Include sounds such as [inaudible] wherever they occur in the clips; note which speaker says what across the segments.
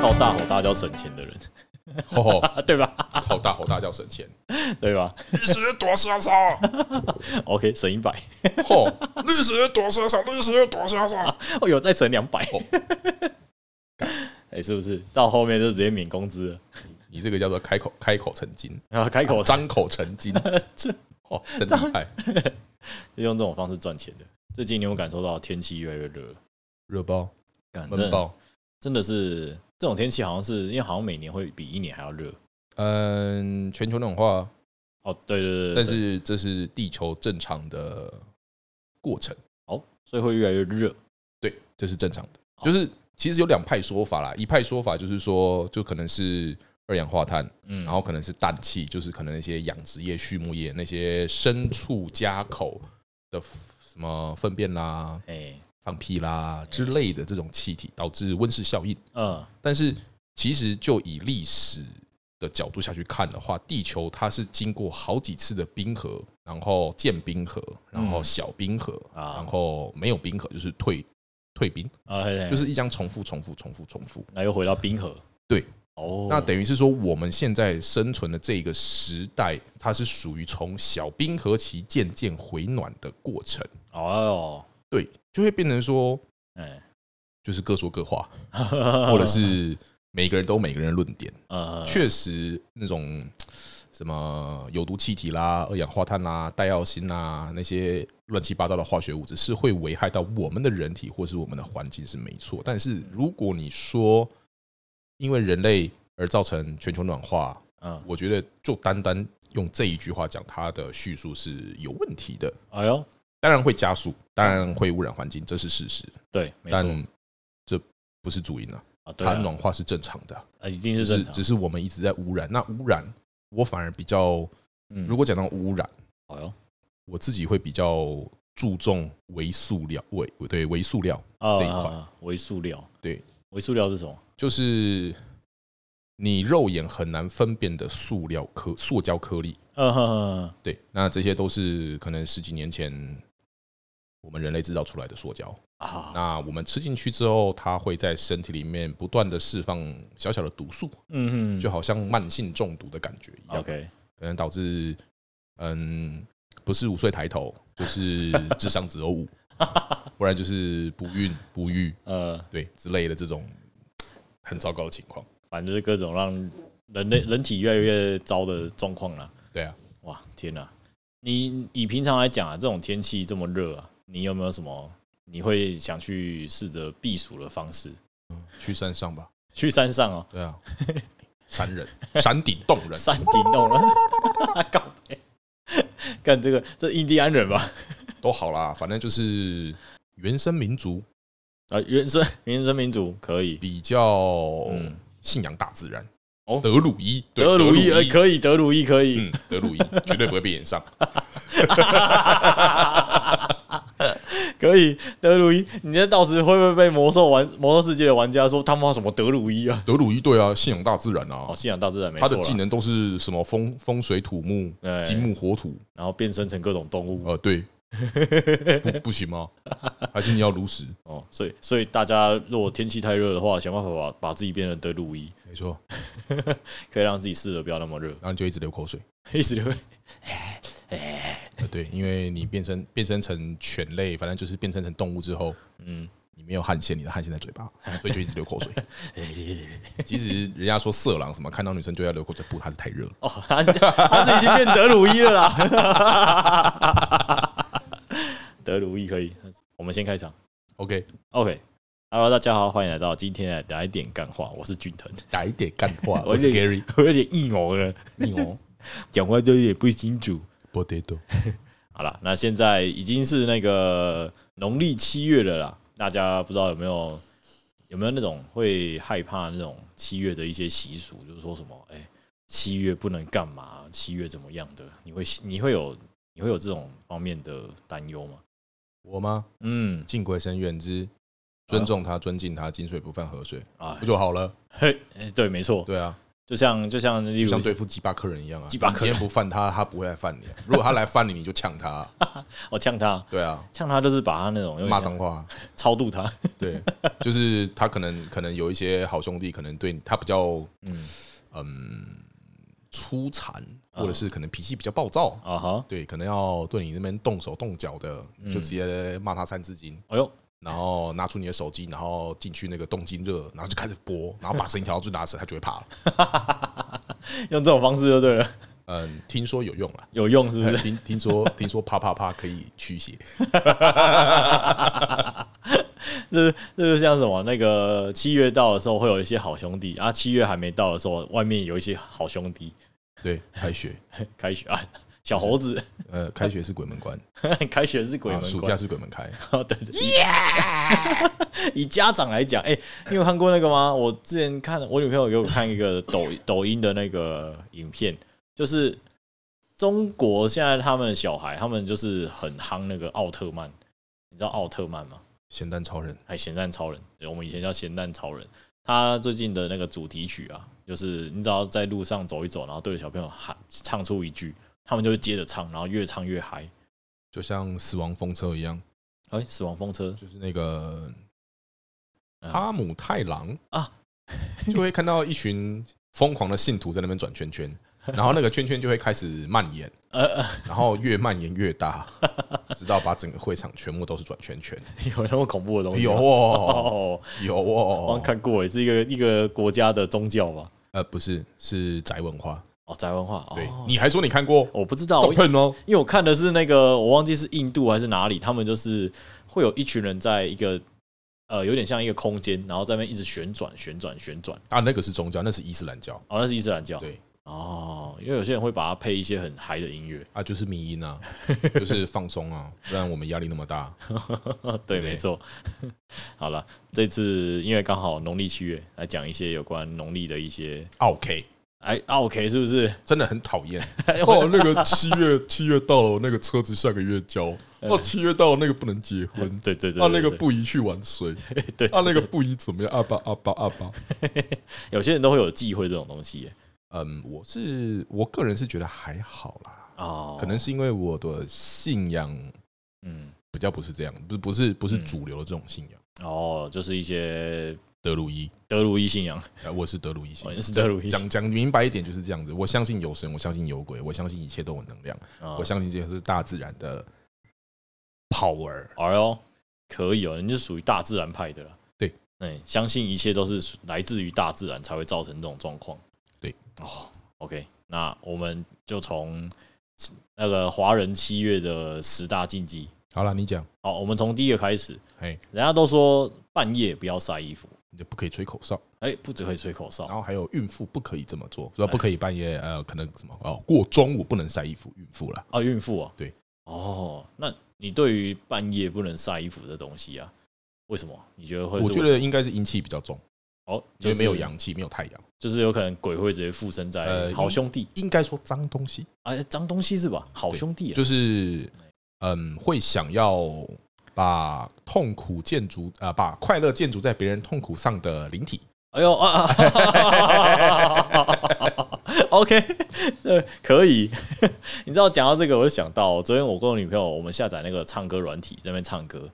Speaker 1: 靠大吼大叫省钱的人， [laughs] 啊
Speaker 2: 吼吼，
Speaker 1: 对吧？ [laughs]
Speaker 2: 靠大吼大叫省钱，
Speaker 1: 对吧
Speaker 2: 历史多潇洒，
Speaker 1: ？OK，省一百， [laughs]
Speaker 2: 吼，历史多潇洒，历史多潇洒，
Speaker 1: 哦，有再省两百
Speaker 2: 哦，
Speaker 1: [laughs] 哎、是不是？到后面就直接免工资了，
Speaker 2: 你这个叫做开口开口成金，
Speaker 1: 然后开口
Speaker 2: 张口成金，
Speaker 1: [laughs] 这
Speaker 2: 哦，真厉害，
Speaker 1: 就用这种方式赚钱的。最近你有没有感受到天气越来越热了？
Speaker 2: 热爆
Speaker 1: 感
Speaker 2: 闷爆，
Speaker 1: 真的是这种天气，好像是因为好像每年会比一年还要热。
Speaker 2: 嗯，全球暖化，
Speaker 1: 哦，对对对对
Speaker 2: 但
Speaker 1: 对
Speaker 2: 是这是地球正常的过程，
Speaker 1: 哦，所以会越来越热。
Speaker 2: 对，这是正常的，
Speaker 1: 好
Speaker 2: 就是其实有两派说法啦，一派说法就是说，就可能是二氧化碳。
Speaker 1: 嗯，
Speaker 2: 然后可能是氮气，就是可能那些养殖业、畜牧业那些牲畜家口的 f- 什么粪便啦、
Speaker 1: 哎、
Speaker 2: 放屁啦之类的这种气体，导致温室效应。
Speaker 1: 嗯，
Speaker 2: 但是其实就以历史的角度下去看的话，地球它是经过好几次的冰河，然后建冰河，然后
Speaker 1: 嗯
Speaker 2: 小冰河，
Speaker 1: 啊
Speaker 2: 然后没有冰河就是退退冰，
Speaker 1: 啊，嘿嘿
Speaker 2: 就是一张重复、重复、重复、重复。
Speaker 1: 那又回到冰河。
Speaker 2: 对，
Speaker 1: 哦，
Speaker 2: 那等于是说，我们现在生存的这一个时代，它是属于从小冰河期渐渐回暖的过程，
Speaker 1: 哦
Speaker 2: 对，就会变成说，
Speaker 1: 哟，哎、
Speaker 2: 就是各说各话，
Speaker 1: 或 [laughs]
Speaker 2: 或者是每个人都每个人的论点。
Speaker 1: 呃，
Speaker 2: 确实，那种什么有毒气体啦、二氧化碳啦、带药锌啦，那些乱七八糟的化学物质是会危害到我们的人体或是我们的环境是没错。但是如果你说因为人类而造成全球暖化，
Speaker 1: 嗯，
Speaker 2: 我觉得就单单用这一句话讲，它的叙述是有问题的。
Speaker 1: 哎呦，
Speaker 2: 当然会加速，当然会污染环境，这是事实，
Speaker 1: 对，没错
Speaker 2: 但这不是主因啊，
Speaker 1: 啊，对
Speaker 2: 它
Speaker 1: 啊，
Speaker 2: 暖化是正常的，
Speaker 1: 啊一定是
Speaker 2: 只
Speaker 1: 正
Speaker 2: 是
Speaker 1: 常。
Speaker 2: 只是我们一直在污染。那污染，我反而比较，
Speaker 1: 嗯
Speaker 2: 如果讲到污染，
Speaker 1: 哎呦，
Speaker 2: 我自己会比较注重微塑料，微对微塑料，
Speaker 1: 啊
Speaker 2: 这一块
Speaker 1: 啊啊微塑料，
Speaker 2: 对，
Speaker 1: 微塑料是什么？
Speaker 2: 就是你肉眼很难分辨的塑料颗、塑胶颗粒。
Speaker 1: 嗯哼哼哼，
Speaker 2: 对，那这些都是可能十几年前我们人类制造出来的塑胶。
Speaker 1: 啊，
Speaker 2: 那我们吃进去之后，它会在身体里面不断的释放小小的毒素，
Speaker 1: 嗯嗯，
Speaker 2: 就好像慢性中毒的感觉一样，
Speaker 1: OK，
Speaker 2: 可能导致嗯，不是五岁抬头，就是智商只有五，不然就是不孕不育，
Speaker 1: 呃，
Speaker 2: 对之类的这种很糟糕的情况。
Speaker 1: 反正就是各种让人类人体越来越糟的状况啦。
Speaker 2: 对啊，
Speaker 1: 哇，天哪！你以平常来讲啊，这种天气这么热啊，你有没有什么你会想去试着避暑的方式？
Speaker 2: 去山上吧，
Speaker 1: 去山上哦，
Speaker 2: 对啊， [laughs] 山人，山顶洞人，
Speaker 1: 山顶洞了， [laughs] 搞呗！干这个，这印第安人吧？
Speaker 2: 都好啦，反正就是原生民族
Speaker 1: 啊，原生 [laughs] 原生民族可以，
Speaker 2: 比较
Speaker 1: 嗯
Speaker 2: 信仰大自然。
Speaker 1: 哦
Speaker 2: 德鲁伊，对
Speaker 1: 德鲁伊
Speaker 2: 德
Speaker 1: 呃可以，德鲁伊可以，
Speaker 2: 嗯，德鲁伊 [laughs] 绝对不会被演上。
Speaker 1: [laughs] 可以，德鲁伊，你这到时会不会被魔兽玩魔兽世界的玩家说他妈什么德鲁伊啊？
Speaker 2: 德鲁伊对啊，信仰大自然啊
Speaker 1: 哦，，信仰大自然没
Speaker 2: 他
Speaker 1: 错
Speaker 2: 的技
Speaker 1: 啦，哎
Speaker 2: 能都是什么风风水土木
Speaker 1: 对、
Speaker 2: 金木火土，
Speaker 1: 然后变身成各种动物
Speaker 2: 呃，对，不不行
Speaker 1: [laughs]
Speaker 2: 吗？还是你要如实？
Speaker 1: 哦。所以，所以大家如果天气太热的话，想办法把把自己变成德鲁伊，
Speaker 2: 没错，
Speaker 1: 可以让自己试着不要那么热， [laughs]
Speaker 2: 然后你就一直流口水。
Speaker 1: 一直流。
Speaker 2: 呃，对，因为你变身变身成犬类，反正就是变身成动物之后，
Speaker 1: 嗯，
Speaker 2: 你没有汗腺，你的汗腺在嘴巴，所以就一直流口水。其实人家说色狼什么，看到女生就要流口水，不，他是太热了。
Speaker 1: 哦，他是他是已经变德鲁伊了啦。 [laughs] 德鲁伊可以，我们先开场。
Speaker 2: OK，
Speaker 1: OK，Hello，、大家好，欢迎来到今天的来点干话，我是俊腾， [laughs]
Speaker 2: 打一点干话，
Speaker 1: 我
Speaker 2: 我
Speaker 1: 是
Speaker 2: 是
Speaker 1: [laughs]
Speaker 2: Gary，
Speaker 1: 我有点硬哦了，
Speaker 2: 你哦
Speaker 1: 讲话都有点不清楚。
Speaker 2: ，Potato，
Speaker 1: 好了，那现在已经是那个农历七月了啦，大家不知道有没有有没有那种会害怕那种七月的一些习俗，就是说什么哎、七月不能干嘛，七月怎么样的？你会你会有你会有这种方面的担忧吗？
Speaker 2: 我吗？
Speaker 1: 嗯，
Speaker 2: 敬鬼神远之，尊重他，尊敬他，井水不犯河水，
Speaker 1: 啊
Speaker 2: 不，就好了？
Speaker 1: 嘿，哎对，没错，
Speaker 2: 对啊，
Speaker 1: 就像就像例
Speaker 2: 就
Speaker 1: 如
Speaker 2: 像对付鸡巴客人一样啊，
Speaker 1: 鸡巴
Speaker 2: 你
Speaker 1: 客人
Speaker 2: 今天不犯他，他不会来犯你啊、如果他来犯你，你就
Speaker 1: [laughs]
Speaker 2: 呛他，啊
Speaker 1: 我哦呛他，
Speaker 2: 对啊，
Speaker 1: 呛他就是把他那种用
Speaker 2: 骂脏话啊，
Speaker 1: 超度他，
Speaker 2: 对，就是他可能可能有一些好兄弟，可能对你他比较嗯
Speaker 1: 嗯
Speaker 2: 粗残，或者是可能脾气比较暴躁，
Speaker 1: 啊哈，
Speaker 2: 对，可能要对你那边动手动脚的，
Speaker 1: 嗯
Speaker 2: 就直接骂他三字经，
Speaker 1: 哎呦，
Speaker 2: 然后拿出你的手机，然后进去那个动静热，然后就开始播，然后把声音调到最大声，他就会怕了。
Speaker 1: 用这种方式就对了，
Speaker 2: 嗯，听说有用了。
Speaker 1: 有用是不 [laughs] 是？
Speaker 2: 听听说听说啪啪啪可以驱邪，
Speaker 1: 这这就像什么？那个七月到的时候会有一些好兄弟啊，七月还没到的时候，外面有一些好兄弟
Speaker 2: 对，开学，
Speaker 1: 开学啊，小猴子
Speaker 2: 呃，开学是鬼门关，
Speaker 1: [laughs] 开学是鬼
Speaker 2: 啊
Speaker 1: 门
Speaker 2: 暑假
Speaker 1: 关，
Speaker 2: 是鬼门开，
Speaker 1: [laughs] 哦对对。以家长来讲，哎、你有看过那个吗？我之前看我女朋友给我看一个抖抖音的那个影片，就是中国现在他们的小孩，他们就是很夯那个奥特曼，你知道奥特曼吗？
Speaker 2: 咸蛋超人，
Speaker 1: 还咸蛋超人，对我们以前叫咸蛋超人。他最近的那个主题曲啊，就是你只要在路上走一走，然后对着小朋友喊唱出一句，他们就会接着唱，然后越唱越嗨。
Speaker 2: 就像死亡风车一样，
Speaker 1: 哎、死亡风车 [laughs]
Speaker 2: 就是那个
Speaker 1: 嗯
Speaker 2: 哈姆太郎
Speaker 1: 啊，
Speaker 2: 就会看到一群疯狂的信徒在那边转圈圈，然后那个圈圈就会开始蔓延，
Speaker 1: [laughs] 呃，呃，
Speaker 2: 然后越蔓延越大，直到把整个会场全部都是转圈圈。
Speaker 1: 有那么恐怖的东西
Speaker 2: 有
Speaker 1: 吗？ [laughs]
Speaker 2: 哦，
Speaker 1: 哦，
Speaker 2: 有
Speaker 1: 我好像
Speaker 2: 哦，
Speaker 1: 看过，也是一个一个国家的宗教吧？
Speaker 2: 呃，不是，是宅文化。
Speaker 1: 哦，宅文化。
Speaker 2: 对
Speaker 1: 哦，
Speaker 2: 你还说你看过？
Speaker 1: [laughs] 我不知道，
Speaker 2: [laughs] 照
Speaker 1: 我
Speaker 2: 喷哦，
Speaker 1: 因为我看的是那个，我忘记是印度还是哪里，他们就是会有一群人在一个呃，有点像一个空间，然后在那边一直旋转、旋转、旋转。
Speaker 2: 啊，那个是宗教，那是伊斯兰教。
Speaker 1: 哦，那是伊斯兰教。
Speaker 2: 对
Speaker 1: 哦，因为有些人会把它配一些很嗨的音乐。 [laughs]
Speaker 2: 啊，就是迷音啊，就是放松啊，不然我们压力那么大。
Speaker 1: 对，
Speaker 2: 对
Speaker 1: 没错。 [laughs] 好了，这次因为刚好农历七月，来讲一些有关农历的一些。
Speaker 2: OK，
Speaker 1: 哎、啊 OK，是不是？
Speaker 2: 真的很讨
Speaker 1: [laughs]
Speaker 2: 厌。
Speaker 1: 哎
Speaker 2: 哦，那个七月 [laughs] 七月到了，那个车子下个月交。哦，七月到了，那个不能结婚。
Speaker 1: 对哎对对
Speaker 2: 啊，那个
Speaker 1: 对对
Speaker 2: 不宜去玩水。
Speaker 1: [laughs] 对
Speaker 2: 啊，那个不宜怎么样？阿巴阿巴阿巴。
Speaker 1: 有些人都会有忌讳这种东西耶。
Speaker 2: 嗯，我是我个人是觉得还好啦，
Speaker 1: 哦，
Speaker 2: 可能是因为我的信仰
Speaker 1: 嗯，
Speaker 2: 比较不是这样，不不是不是
Speaker 1: 嗯
Speaker 2: 主流的这种信仰。
Speaker 1: 哦，就是一些
Speaker 2: 德鲁伊，
Speaker 1: 德鲁伊信仰。
Speaker 2: 啊，我是德鲁伊信
Speaker 1: 哦
Speaker 2: 仰
Speaker 1: 你。是德鲁伊
Speaker 2: 讲讲明白一点就是这样子，我相信有神，我相信有鬼，我相信一切都有能量。
Speaker 1: 啊
Speaker 2: 我相信这个是大自然的 power。
Speaker 1: 哎呦，可以哦，你是属于大自然派的啦。
Speaker 2: 对，
Speaker 1: 哎，相信一切都是来自于大自然，才会造成这种状况。
Speaker 2: 对，
Speaker 1: 哦，OK，那我们就从那个华人七月的十大禁忌。
Speaker 2: 好了，你讲，
Speaker 1: 好，我们从第一个开始。
Speaker 2: 哎，
Speaker 1: 人家都说半夜不要晒衣服，
Speaker 2: 你就不可以吹口哨，
Speaker 1: 哎、不只会吹口
Speaker 2: 然
Speaker 1: 哨，
Speaker 2: 后还有孕妇不可以这么做，
Speaker 1: 哎
Speaker 2: 说不可以半夜呃，可能什么哦，过中午不能晒衣服，孕妇啦。
Speaker 1: 啊，孕妇啊，
Speaker 2: 对，
Speaker 1: 哦，那你对于半夜不能晒衣服的东西啊，为什么？你觉得会是为
Speaker 2: 我
Speaker 1: 什
Speaker 2: 觉
Speaker 1: 么？
Speaker 2: 得应该是阴气比较重，
Speaker 1: 哦，
Speaker 2: 因
Speaker 1: 就
Speaker 2: 为
Speaker 1: 是
Speaker 2: 没有，阳气，没有太阳，
Speaker 1: 就是有可能鬼会直接附身在
Speaker 2: 呃
Speaker 1: 好兄弟。
Speaker 2: 应该说脏东西，
Speaker 1: 哎，脏东西是吧？好兄弟、啊，
Speaker 2: 就是嗯，会想要把痛苦建筑啊、呃把快乐建筑在别人痛苦上的灵体。
Speaker 1: 哎呦啊啊！OK，这可以。你知道讲到这个，我就想到昨天我跟我女朋友，我们下载那个唱歌软体，在那边唱歌，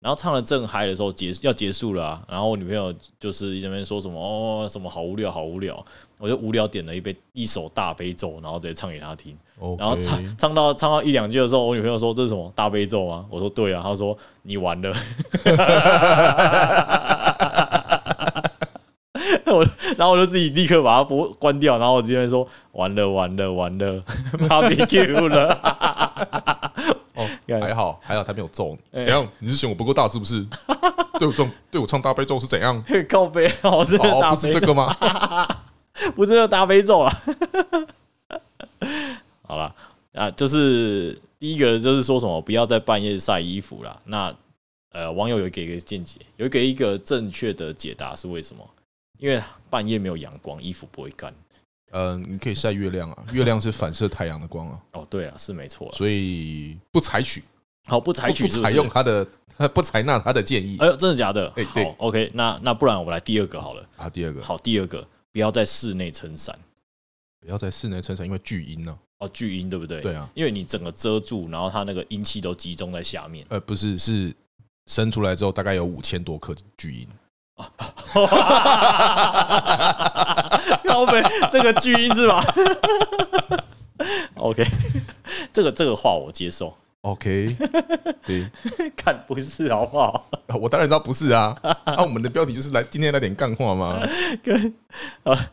Speaker 1: 然后唱的正嗨的时候结要结束了、啊，然后我女朋友就是在那边说什么哦什么好无聊好无聊，我就无聊点了一杯一首大悲咒，然后直接唱给她听。然后唱唱到唱到一两句的时候，我女朋友说：“这是什么大悲咒吗？”我说：“对啊。”她说：“你完了。” [laughs] 我，然后我就自己立刻把它播关掉，然后我直接说：“完了，完了，完了 [laughs] ，barbecue 了。 [laughs]
Speaker 2: 哦，
Speaker 1: 干
Speaker 2: 还好还好，他没有揍你。
Speaker 1: 哎
Speaker 2: 怎样？你是嫌我不够大是
Speaker 1: [laughs]
Speaker 2: 不是？对我唱对我唱大悲咒是怎样？”
Speaker 1: 靠背，我是
Speaker 2: 哦，
Speaker 1: 大
Speaker 2: 不是
Speaker 1: 悲
Speaker 2: 这
Speaker 1: 咒，
Speaker 2: 个吗？ [laughs]
Speaker 1: 不是大悲咒啊。 [laughs] 好了啊，就是第一个就是说什么不要在半夜晒衣服啦。那呃，网友有给一个见解，有给一个正确的解答是为什么？因为半夜没有阳光，衣服不会干。
Speaker 2: 嗯，你可以晒月亮啊，月亮是反射太阳的光啊，
Speaker 1: 哦，对了，是没错了。
Speaker 2: 所以不采取，
Speaker 1: 好，不采取
Speaker 2: 不
Speaker 1: 是不
Speaker 2: 采
Speaker 1: 是
Speaker 2: 用他的， [laughs] 不采纳他的建议
Speaker 1: 哎呦，真的假的？
Speaker 2: 哎对
Speaker 1: 好，OK，那那不然我们来第二个好了。
Speaker 2: 啊。第二个，
Speaker 1: 好，第二个不要在室内撑伞
Speaker 2: 不要在室内撑伞，因为巨阴呢、
Speaker 1: 哦，巨阴对不对？
Speaker 2: 对啊，。
Speaker 1: 因为你整个遮住，然后它那个阴气都集中在下面
Speaker 2: 呃，不是，是生出来之后大概有五千多颗巨阴。
Speaker 1: [laughs] 靠北，这个巨阴是吧 [laughs] ？OK，这个这个话我接受，
Speaker 2: OK，对， [laughs]
Speaker 1: 看不是好不好？
Speaker 2: 啊我当然知道不是啊，那、我们的标题就是来今天来点干话嘛。
Speaker 1: 跟啊，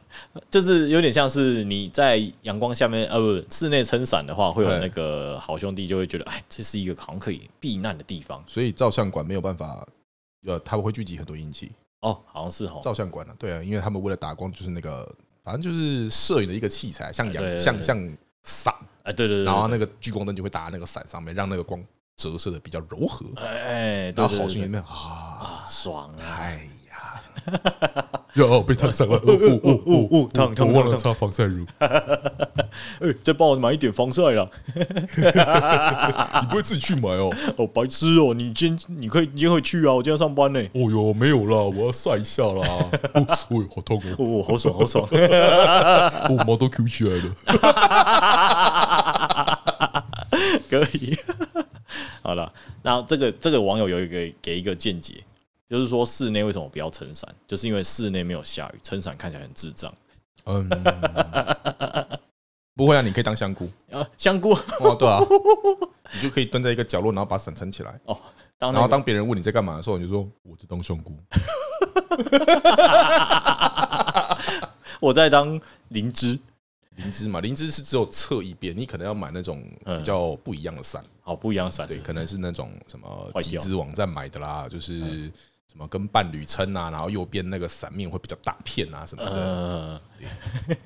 Speaker 1: 就是有点像是你在阳光下面，呃，不，室内撑伞的话，会有
Speaker 2: 对
Speaker 1: 那个好兄弟就会觉得，哎，这是一个好像可以避难的地方
Speaker 2: 所以照相馆没有办法，呃，他们会聚集很多阴气。
Speaker 1: 哦，好像是哦，
Speaker 2: 照相馆啊，对啊，因为他们为了打光，就是那个反正就是摄影的一个器材，像
Speaker 1: 啊对对
Speaker 2: 阳
Speaker 1: 对
Speaker 2: 像像伞，
Speaker 1: 哎，对对对，
Speaker 2: 然后
Speaker 1: 对
Speaker 2: 那个聚光灯就会打在那个伞上面，让那个光折射的比较柔和。
Speaker 1: 哎，
Speaker 2: 然
Speaker 1: 对
Speaker 2: 后好
Speaker 1: 对
Speaker 2: 心
Speaker 1: 对
Speaker 2: 里
Speaker 1: 对
Speaker 2: 面啊，
Speaker 1: 啊，爽啊！
Speaker 2: 哎呀， [laughs] 要被烫伤 [laughs] 了，哦哦哦哦哦，
Speaker 1: 烫烫
Speaker 2: 我忘了
Speaker 1: 烫
Speaker 2: 擦防晒 [laughs] 乳，
Speaker 1: 哎，再帮我买一点防晒啦！
Speaker 2: 你不会自己去买哦？
Speaker 1: 哦，白痴哦，你今你可以你今天会去啊？我今天要上班呢。
Speaker 2: 哦哟，没有啦，我要晒一下啦。哦，哦好痛哦，
Speaker 1: 哦，好爽，好爽！
Speaker 2: 哦毛都 Q 起来了。
Speaker 1: [laughs] 可以。好了，那这个这个网友有一个给一个见解，就是说室内为什么不要撑伞，就是因为室内没有下雨，撑伞看起来很智障。
Speaker 2: 嗯，不会啊，你可以当香菇。
Speaker 1: 啊，香菇
Speaker 2: 哦，对啊，你就可以蹲在一个角落，然后把伞撑起来，
Speaker 1: 哦当
Speaker 2: 然后
Speaker 1: 然
Speaker 2: 当别人问你在干嘛的时候，你就说我在当香菇。
Speaker 1: 我在当灵芝，
Speaker 2: 灵芝嘛，灵芝是只有侧一边，你可能要买那种比较不一样的伞，
Speaker 1: 好不一样的伞
Speaker 2: 对，
Speaker 1: 是
Speaker 2: 可能是那种什么
Speaker 1: 坏掉嗯
Speaker 2: 集资网站买的啦，就是什么跟伴侣撑啊，然后右边那个伞面会比较大片啊什么的，
Speaker 1: 呃，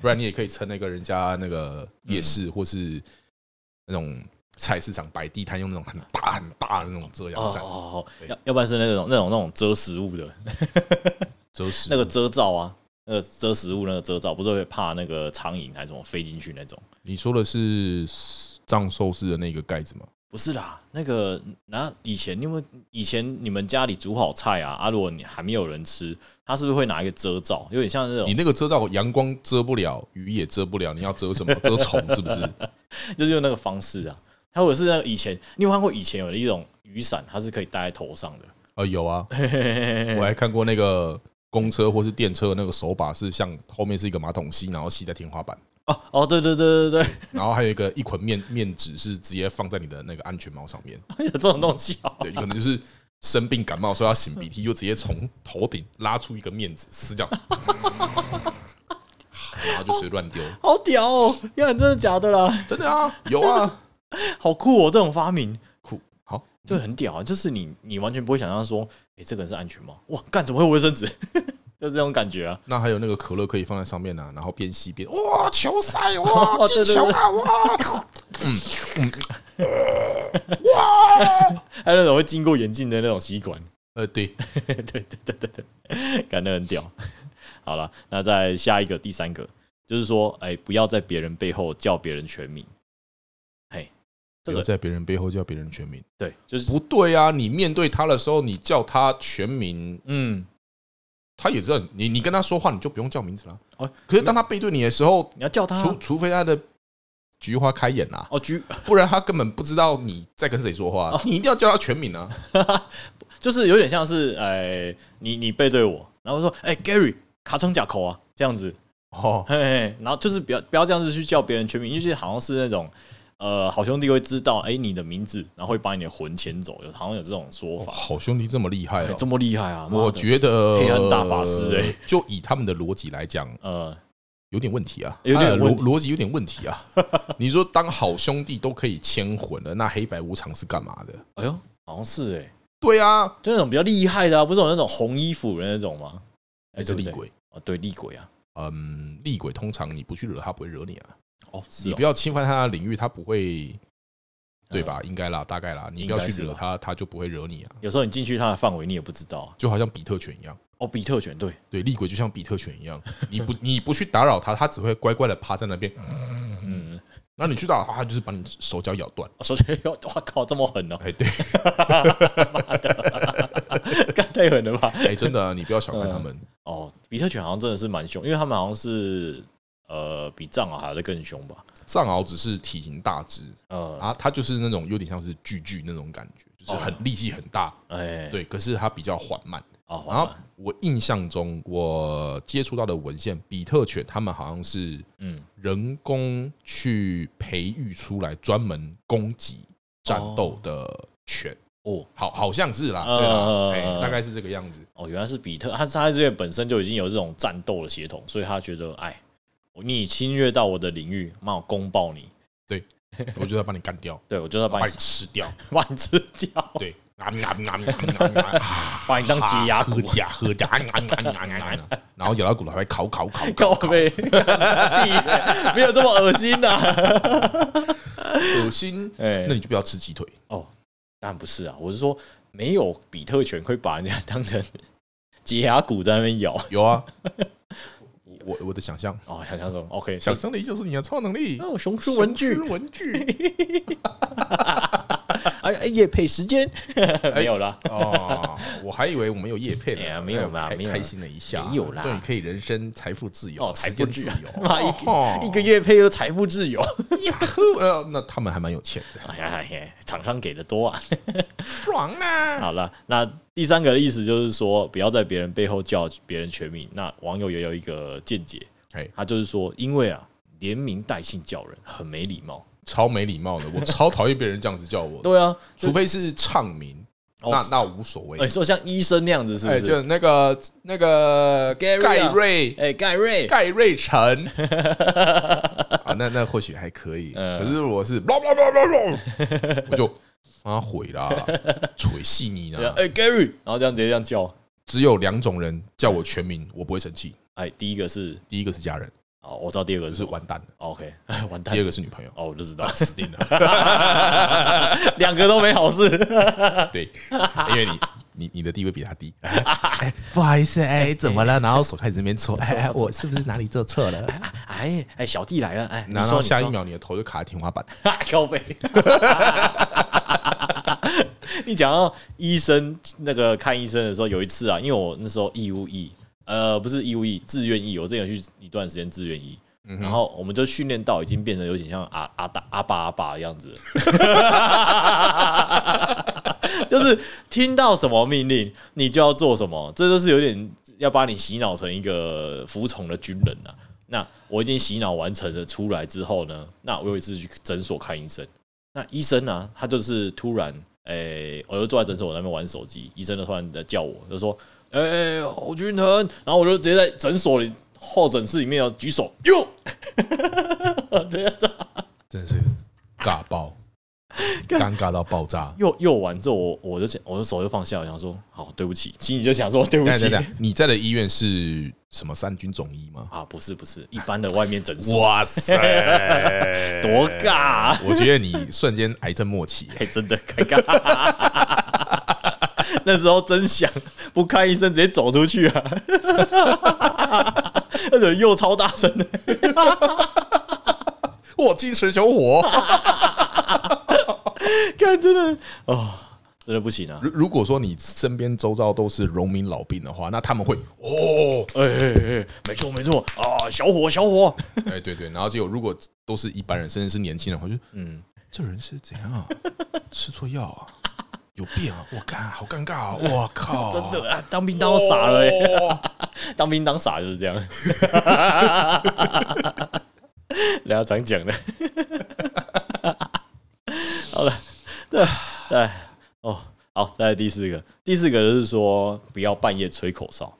Speaker 2: [laughs] 不然你也可以撑那个人家那个夜
Speaker 1: 嗯
Speaker 2: 市或是那种菜市场摆地摊用那种很大很大的那种遮阳
Speaker 1: 哦
Speaker 2: 伞，
Speaker 1: 哦，哦
Speaker 2: 对
Speaker 1: 要要不然是那种那种那种遮食物的
Speaker 2: 遮湿
Speaker 1: 那个遮罩啊，那个遮食物那个遮罩，不是会怕那个苍蝇还是什么飞进去那种？
Speaker 2: 你说的是藏寿司的那个盖子吗？
Speaker 1: 不是啦，那个那以前因为以前你们家里煮好菜啊，啊，如果你还没有人吃，他是不是会拿一个遮罩，有点像那
Speaker 2: 你
Speaker 1: 种，
Speaker 2: 那个遮罩阳光遮不了，雨也遮不了，你要遮什么？遮虫是不是？
Speaker 1: 就是用那个方式啊。他或者是那个以前，你有看过以前有的一种雨伞，它是可以戴在头上的。
Speaker 2: 呃，有啊，我还看过那个公车或是电车的那个手把是像后面是一个马桶吸，然后吸在天花板，
Speaker 1: 哦哦，对对对对对，
Speaker 2: 然后还有一个一捆面面纸是直接放在你的那个安全帽上面，
Speaker 1: 有这种东西哦。
Speaker 2: 对，可能就是。生病感冒，说要擤鼻涕，就直接从头顶拉出一个面纸，撕掉， [laughs] 然后就随便乱丢。
Speaker 1: 好屌哦！呀，真的假的啦？
Speaker 2: 真的啊，有啊，
Speaker 1: 好酷哦！这种发明酷
Speaker 2: 好，
Speaker 1: 就很屌啊！就是你你完全不会想象说，诶，这个人是安全帽，哇，干怎么会有卫生纸？ [laughs] 就这种感觉啊！
Speaker 2: 那还有那个可乐可以放在上面呢、然后边
Speaker 1: [laughs]
Speaker 2: 吸边哇球赛哇
Speaker 1: 哦对嗯
Speaker 2: 进
Speaker 1: 对
Speaker 2: 球啊哇，
Speaker 1: 嗯
Speaker 2: [laughs]
Speaker 1: 还有那种会经过眼镜的那种吸管。
Speaker 2: 呃对，
Speaker 1: [laughs] 对对对对对，感觉很屌。 [laughs] 好了，那再下一个第三个，就是说，哎、不要在别人背后叫别人全名。嘿，这
Speaker 2: 不要
Speaker 1: 个
Speaker 2: 在别人背后叫别人全名，
Speaker 1: 对，就是
Speaker 2: 不对啊！你面对他的时候，你叫他全名，
Speaker 1: 嗯，
Speaker 2: 他也知道你，你跟他说话，你就不用叫名字了。
Speaker 1: 哦
Speaker 2: 可是当他背对你的时候，
Speaker 1: 你要叫他啊
Speaker 2: 除除非他的菊花开眼
Speaker 1: [laughs]
Speaker 2: 啦、
Speaker 1: 哦，菊，
Speaker 2: 不然他根本不知道你在跟谁说
Speaker 1: 哦
Speaker 2: 话。你一定要叫他全名啊！
Speaker 1: 就是有点像是，哎、你你背对我，然后说，哎、g a r y 卡成甲口啊，这样子， [laughs]
Speaker 2: 哦，
Speaker 1: 嘿嘿，然后就是不要不要这样子去叫别人全名，因为就是好像是那种。呃，好兄弟会知道，哎、你的名字，然后会把你的魂牵走，有好像有这种说法，
Speaker 2: 哦好兄弟这么厉害
Speaker 1: 哎
Speaker 2: 哦！
Speaker 1: 这么厉害啊！妈
Speaker 2: 我
Speaker 1: 的
Speaker 2: 觉得
Speaker 1: 黑暗大法师欸
Speaker 2: 就以他们的逻辑来讲，
Speaker 1: 呃，
Speaker 2: 有点问题啊，
Speaker 1: 有点
Speaker 2: 哎
Speaker 1: 问
Speaker 2: 逻
Speaker 1: 题
Speaker 2: 逻辑有点问题啊。 [laughs] 你说当好兄弟都可以牵魂了，那黑白无常是干嘛的？
Speaker 1: 哎呦，好像是哎、
Speaker 2: 对啊，
Speaker 1: 就那种比较厉害的啊，不是有那种红衣服的那种吗？哎、
Speaker 2: 那是
Speaker 1: 对不
Speaker 2: 厉
Speaker 1: 对？
Speaker 2: 鬼。
Speaker 1: 哦，对，厉鬼啊，
Speaker 2: 嗯，厉鬼通常你不去惹他，不会惹你啊。
Speaker 1: 哦，是
Speaker 2: 你
Speaker 1: 哦嗯
Speaker 2: 不要侵犯他的领域，他不会，对吧？应该啦，大概啦。你不要
Speaker 1: 应该
Speaker 2: 去
Speaker 1: 是
Speaker 2: 惹
Speaker 1: 吧
Speaker 2: 他，他就不会惹你啊。
Speaker 1: 有时候你进去他的范围，你也不知道啊、
Speaker 2: 就好像比特犬一样，
Speaker 1: 哦，比特犬对，
Speaker 2: 对，厉鬼就像比特犬一样，你不你不去打扰他，他只会乖乖的趴在那边。
Speaker 1: 嗯，
Speaker 2: 然后你去打扰他，他就是把你手脚咬断。
Speaker 1: 哦首先 [laughs] 要，哇靠，这么
Speaker 2: [laughs]
Speaker 1: 狠哦，
Speaker 2: 哎，对，
Speaker 1: 干太狠了吧？
Speaker 2: 哎，真的啊，你不要小看他们。
Speaker 1: 哦，比特犬好像真的是蛮凶，因为他们好像是呃比藏獒还要更凶吧？
Speaker 2: 藏獒只是体型大只
Speaker 1: 嗯，
Speaker 2: 啊，它就是那种有点像是巨巨那种感觉，就是
Speaker 1: 哦
Speaker 2: 很力气很大，
Speaker 1: 哎，
Speaker 2: 对，可是它比较缓慢。
Speaker 1: 啊，
Speaker 2: 然后我印象中，我接触到的文献，比特犬它们好像是
Speaker 1: 嗯，
Speaker 2: 人工去培育出来专门攻击战斗的犬，
Speaker 1: 哦
Speaker 2: 好好像是啦，
Speaker 1: 嗯
Speaker 2: 对啦，
Speaker 1: 嗯
Speaker 2: 哎，
Speaker 1: 嗯
Speaker 2: 大概是这个样子。
Speaker 1: 哦，原来是比特，他他这个本身就已经有这种战斗的血统，所以他觉得，哎，你侵略到我的领域，妈我公报你，
Speaker 2: 我就要把你干掉，
Speaker 1: 对我就要 [laughs] 把
Speaker 2: 把
Speaker 1: 你
Speaker 2: 你吃掉，
Speaker 1: [laughs] 把你吃掉，
Speaker 2: 对，啊啊啊啊
Speaker 1: [laughs]
Speaker 2: 啊啊！
Speaker 1: 哦把你当解压骨
Speaker 2: 喝，甲喝甲，
Speaker 1: [laughs]
Speaker 2: 然后咬到骨头还烤烤烤
Speaker 1: 告
Speaker 2: 烤烤，
Speaker 1: 呗，屁 [laughs] 没有这么恶心啊呐。
Speaker 2: 恶心。呃
Speaker 1: 哎
Speaker 2: 那你就不要吃鸡腿，
Speaker 1: 哦，当然不是啊，我是说没有比特犬会把人家当成解牙骨在那边咬。 [laughs]
Speaker 2: 有啊。 [laughs] 我我的想象，
Speaker 1: 哦，想象中 OK，
Speaker 2: 想象力就是你的超能力。
Speaker 1: 哦，熊出文具，
Speaker 2: 文具
Speaker 1: [laughs] 哎哎，也配时间 [laughs] 没有啦。
Speaker 2: 哦，我还以为我们有叶配
Speaker 1: 哎
Speaker 2: 呢，
Speaker 1: [laughs] 呀没有啦
Speaker 2: 开
Speaker 1: 没有啦
Speaker 2: 开心了一下，
Speaker 1: 没有啦
Speaker 2: 终于可以人生财富自
Speaker 1: [laughs]
Speaker 2: 由，
Speaker 1: 哦，财富
Speaker 2: 时
Speaker 1: 自
Speaker 2: 间
Speaker 1: 由
Speaker 2: 自由，，
Speaker 1: 妈一
Speaker 2: 哦
Speaker 1: 个一个月配都财富自由。
Speaker 2: 呀呵呃，那他们还蛮有钱的，
Speaker 1: [laughs] 哎呀哎呀，厂商给的多啊。 [laughs]
Speaker 2: 爽啊！
Speaker 1: 好了，那第三个的意思就是说，不要在别人背后叫别人全名。那网友也有一个见解
Speaker 2: 哎，
Speaker 1: 他就是说，因为啊，连名带姓叫人很没礼貌。
Speaker 2: 超没礼貌的，我超讨厌别人这样子叫我的，
Speaker 1: 对啊，
Speaker 2: 除非是唱名，
Speaker 1: 哦
Speaker 2: 那那无所
Speaker 1: 哎，
Speaker 2: 谓
Speaker 1: 你。说像医生那样子是不
Speaker 2: 哎，
Speaker 1: 是？
Speaker 2: 就那个那个
Speaker 1: Gary
Speaker 2: 盖
Speaker 1: 啊
Speaker 2: 瑞
Speaker 1: 哎，盖瑞，
Speaker 2: 盖瑞
Speaker 1: [laughs]
Speaker 2: 晨啊，那那或许还可以，
Speaker 1: 嗯
Speaker 2: 可是我是 blah blah blah blah blah 我就啊毁啦，锤细你
Speaker 1: 对啊
Speaker 2: 呢。
Speaker 1: 哎，Gary，然后这样直接这样叫。
Speaker 2: 只有两种人叫我全名，我不会生气。
Speaker 1: 哎，第一个是
Speaker 2: 第一个是家人，
Speaker 1: 哦，我知道第二个
Speaker 2: 就是是
Speaker 1: 什么
Speaker 2: 完蛋了；
Speaker 1: 哦 OK，完蛋
Speaker 2: 第二。个是女朋友，
Speaker 1: 哦，我就知道， [laughs]
Speaker 2: 死定了。
Speaker 1: 两个都没好事。
Speaker 2: [laughs]
Speaker 1: [laughs]
Speaker 2: 对，因为你你你的地位比他低。哎不好意思，哎，怎么了？然后手开始那
Speaker 1: [laughs]
Speaker 2: 边搓，哎，哎我是不是哪里做错了？
Speaker 1: 哎哎，小弟来了，哎，你
Speaker 2: 然
Speaker 1: 说
Speaker 2: 后下一，
Speaker 1: 你
Speaker 2: 秒你的头就卡在天花板。
Speaker 1: 说靠背。 [laughs] 你讲到医生那个看医生的时候，有一次啊，因为我那时候义务役，呃，不是义务役，志愿役，我之前有去一段时间志愿役。然后我们就训练到已经变得有点像阿阿达阿爸阿爸的样子了，就是听到什么命令你就要做什么，这就是有点要把你洗脑成一个服从的军人了、那我已经洗脑完成了，出来之后呢，那我有一次去诊所看医生，那医生呢、啊，他就是突然，诶、我就坐在诊所那边玩手机，医生就突然的叫我，就说，诶、侯君腾，然后我就直接在诊所里候诊室里面要举手，哟，这样子，
Speaker 2: 真的是尬爆，
Speaker 1: [laughs]
Speaker 2: 尴尬到爆炸。
Speaker 1: 又又完之后，我我就想，我的手就放下，我想说，好，对不起，心里就想说，对不
Speaker 2: 等一
Speaker 1: 起
Speaker 2: 下等一下，你在的医院是什么三军总医
Speaker 1: [laughs]
Speaker 2: 吗？
Speaker 1: 啊，不是不是，一般的外面诊所，
Speaker 2: 哇塞，
Speaker 1: 多尬啊
Speaker 2: [laughs] 我觉得你瞬间癌症末期。
Speaker 1: 哎、真的尴尬。 [laughs] 那时候真想不看医生，直接走出去啊！那种又超大声的，
Speaker 2: 我精神小伙，
Speaker 1: 看真的哦，真的不行啊！
Speaker 2: 如如果说你身边周遭都是农民老兵的话，那他们会哦，
Speaker 1: 哎哎哎，没错没错啊，小伙小伙，
Speaker 2: 哎对对，然后结果如果都是一般人，甚至是年轻人，我就
Speaker 1: 嗯，
Speaker 2: 这人是怎样啊？吃错药啊？有病啊！我干，好尴尬啊！我靠，
Speaker 1: [laughs] 真的啊，当兵当到傻了、欸， [laughs]
Speaker 2: 哦
Speaker 1: 当兵当傻就是这样， [laughs] 人家常讲的。 [laughs] 好了，对对哦，好，再来第四个，第四个就是说不要半夜吹口哨，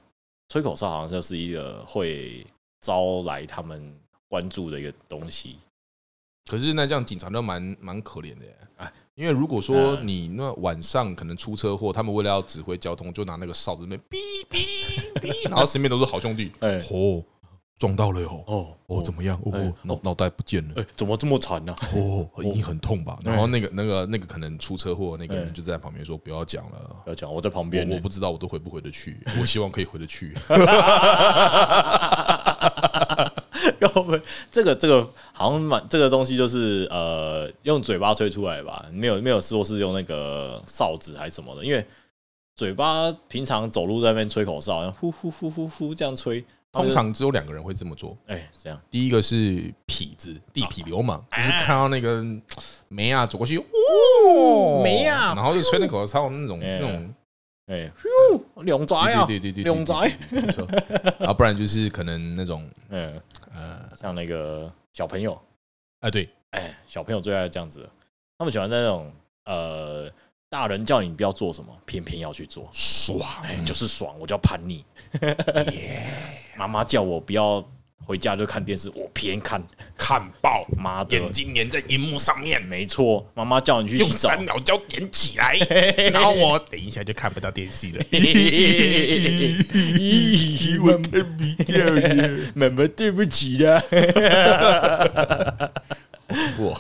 Speaker 1: 吹口哨好像就是一个会招来他们关注的一个东西。
Speaker 2: 可是那这样警察都蛮蛮可怜的耶，哎，因为如果说
Speaker 1: 嗯
Speaker 2: 你那晚上可能出车祸，他们为了要指挥交通，就拿那个哨子那边哔哔
Speaker 1: [laughs]
Speaker 2: 哔，然后身边都是好兄弟，
Speaker 1: 哎
Speaker 2: 哦，撞到了哟，
Speaker 1: 哦
Speaker 2: 哦，怎么样？
Speaker 1: 哎
Speaker 2: 哦，脑脑袋不见了
Speaker 1: 哎、。怎么这么惨呢、
Speaker 2: 哦，一定很痛吧？然后那个、那个、那个可能出车祸，那个
Speaker 1: 哎
Speaker 2: 人就在旁边说：“不要讲了，
Speaker 1: 不要讲，我在旁边
Speaker 2: 我
Speaker 1: 呢
Speaker 2: 我。不知道我都回不回
Speaker 1: [laughs]
Speaker 2: 得去，我希望可以回得去。
Speaker 1: 要不这个这个好像蛮这个东西就是呃用嘴巴吹出来吧，没有没有说是用那个哨子还是什么的，因为嘴巴平常走路在那边吹口哨，然后呼呼呼呼呼这样吹，他们就
Speaker 2: 通常只有两个人会这么做。
Speaker 1: 哎这样，
Speaker 2: 第一个是痞子，地痞流氓，就是看到那个梅亚走过去，哦，
Speaker 1: 梅亚
Speaker 2: 然后就吹那口哨，那种
Speaker 1: 哎
Speaker 2: 那种，
Speaker 1: 哎，咻，两爪呀，
Speaker 2: 对对对对对，
Speaker 1: 两爪，
Speaker 2: 对，没错。啊，不然就是可能那种
Speaker 1: 嗯，
Speaker 2: 呃
Speaker 1: 像那个小朋友，
Speaker 2: 啊，对，
Speaker 1: 哎，小朋友最爱这样子了，他们喜欢在那种呃，大人叫你不要做什么，偏偏要去做，
Speaker 2: 爽，
Speaker 1: 哎，就是爽，我叫叛逆。 [laughs] 妈妈叫我不要回家就看电视，我偏看，
Speaker 2: 看爆，
Speaker 1: 妈的，
Speaker 2: 眼睛粘在荧幕上面，
Speaker 1: 没错，妈妈叫你去
Speaker 2: 用
Speaker 1: 洗澡， [laughs]
Speaker 2: [laughs] 三秒胶点起来，然后我等一下就看不到电视了。
Speaker 1: 咦
Speaker 2: 我看不掉了，
Speaker 1: 妈妈对不起
Speaker 2: [laughs]
Speaker 1: 啦，
Speaker 2: 我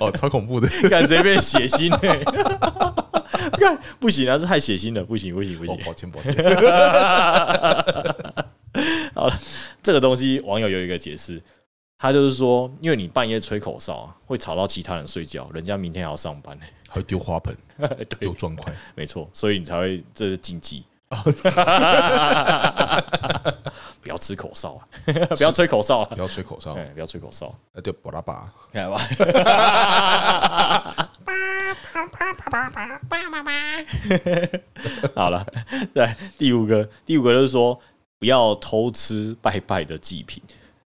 Speaker 2: 哦，超恐怖的。
Speaker 1: 看直接变血腥 [laughs] 嘞、看不行啊，这太血腥了，不行不行不
Speaker 2: 哦
Speaker 1: 行，。
Speaker 2: 抱歉，抱歉。
Speaker 1: [laughs] 好了，这个东西网友有一个解释，他就是说，因为你半夜吹口哨啊，会吵到其他人睡觉，人家明天还要上班、
Speaker 2: 还会丢花盆，
Speaker 1: 对
Speaker 2: 丢，砖块。
Speaker 1: 没错，所以你才会这是禁 [laughs] 忌。不要吃口哨啊！ [laughs] 不要吹口哨啊
Speaker 2: 不！要吹口哨
Speaker 1: 哎，，不要吹口哨，
Speaker 2: 那就巴拉巴。
Speaker 1: 看吧。 [laughs] 好了，对，第五个，第五个就是说，不要偷吃拜拜的祭品。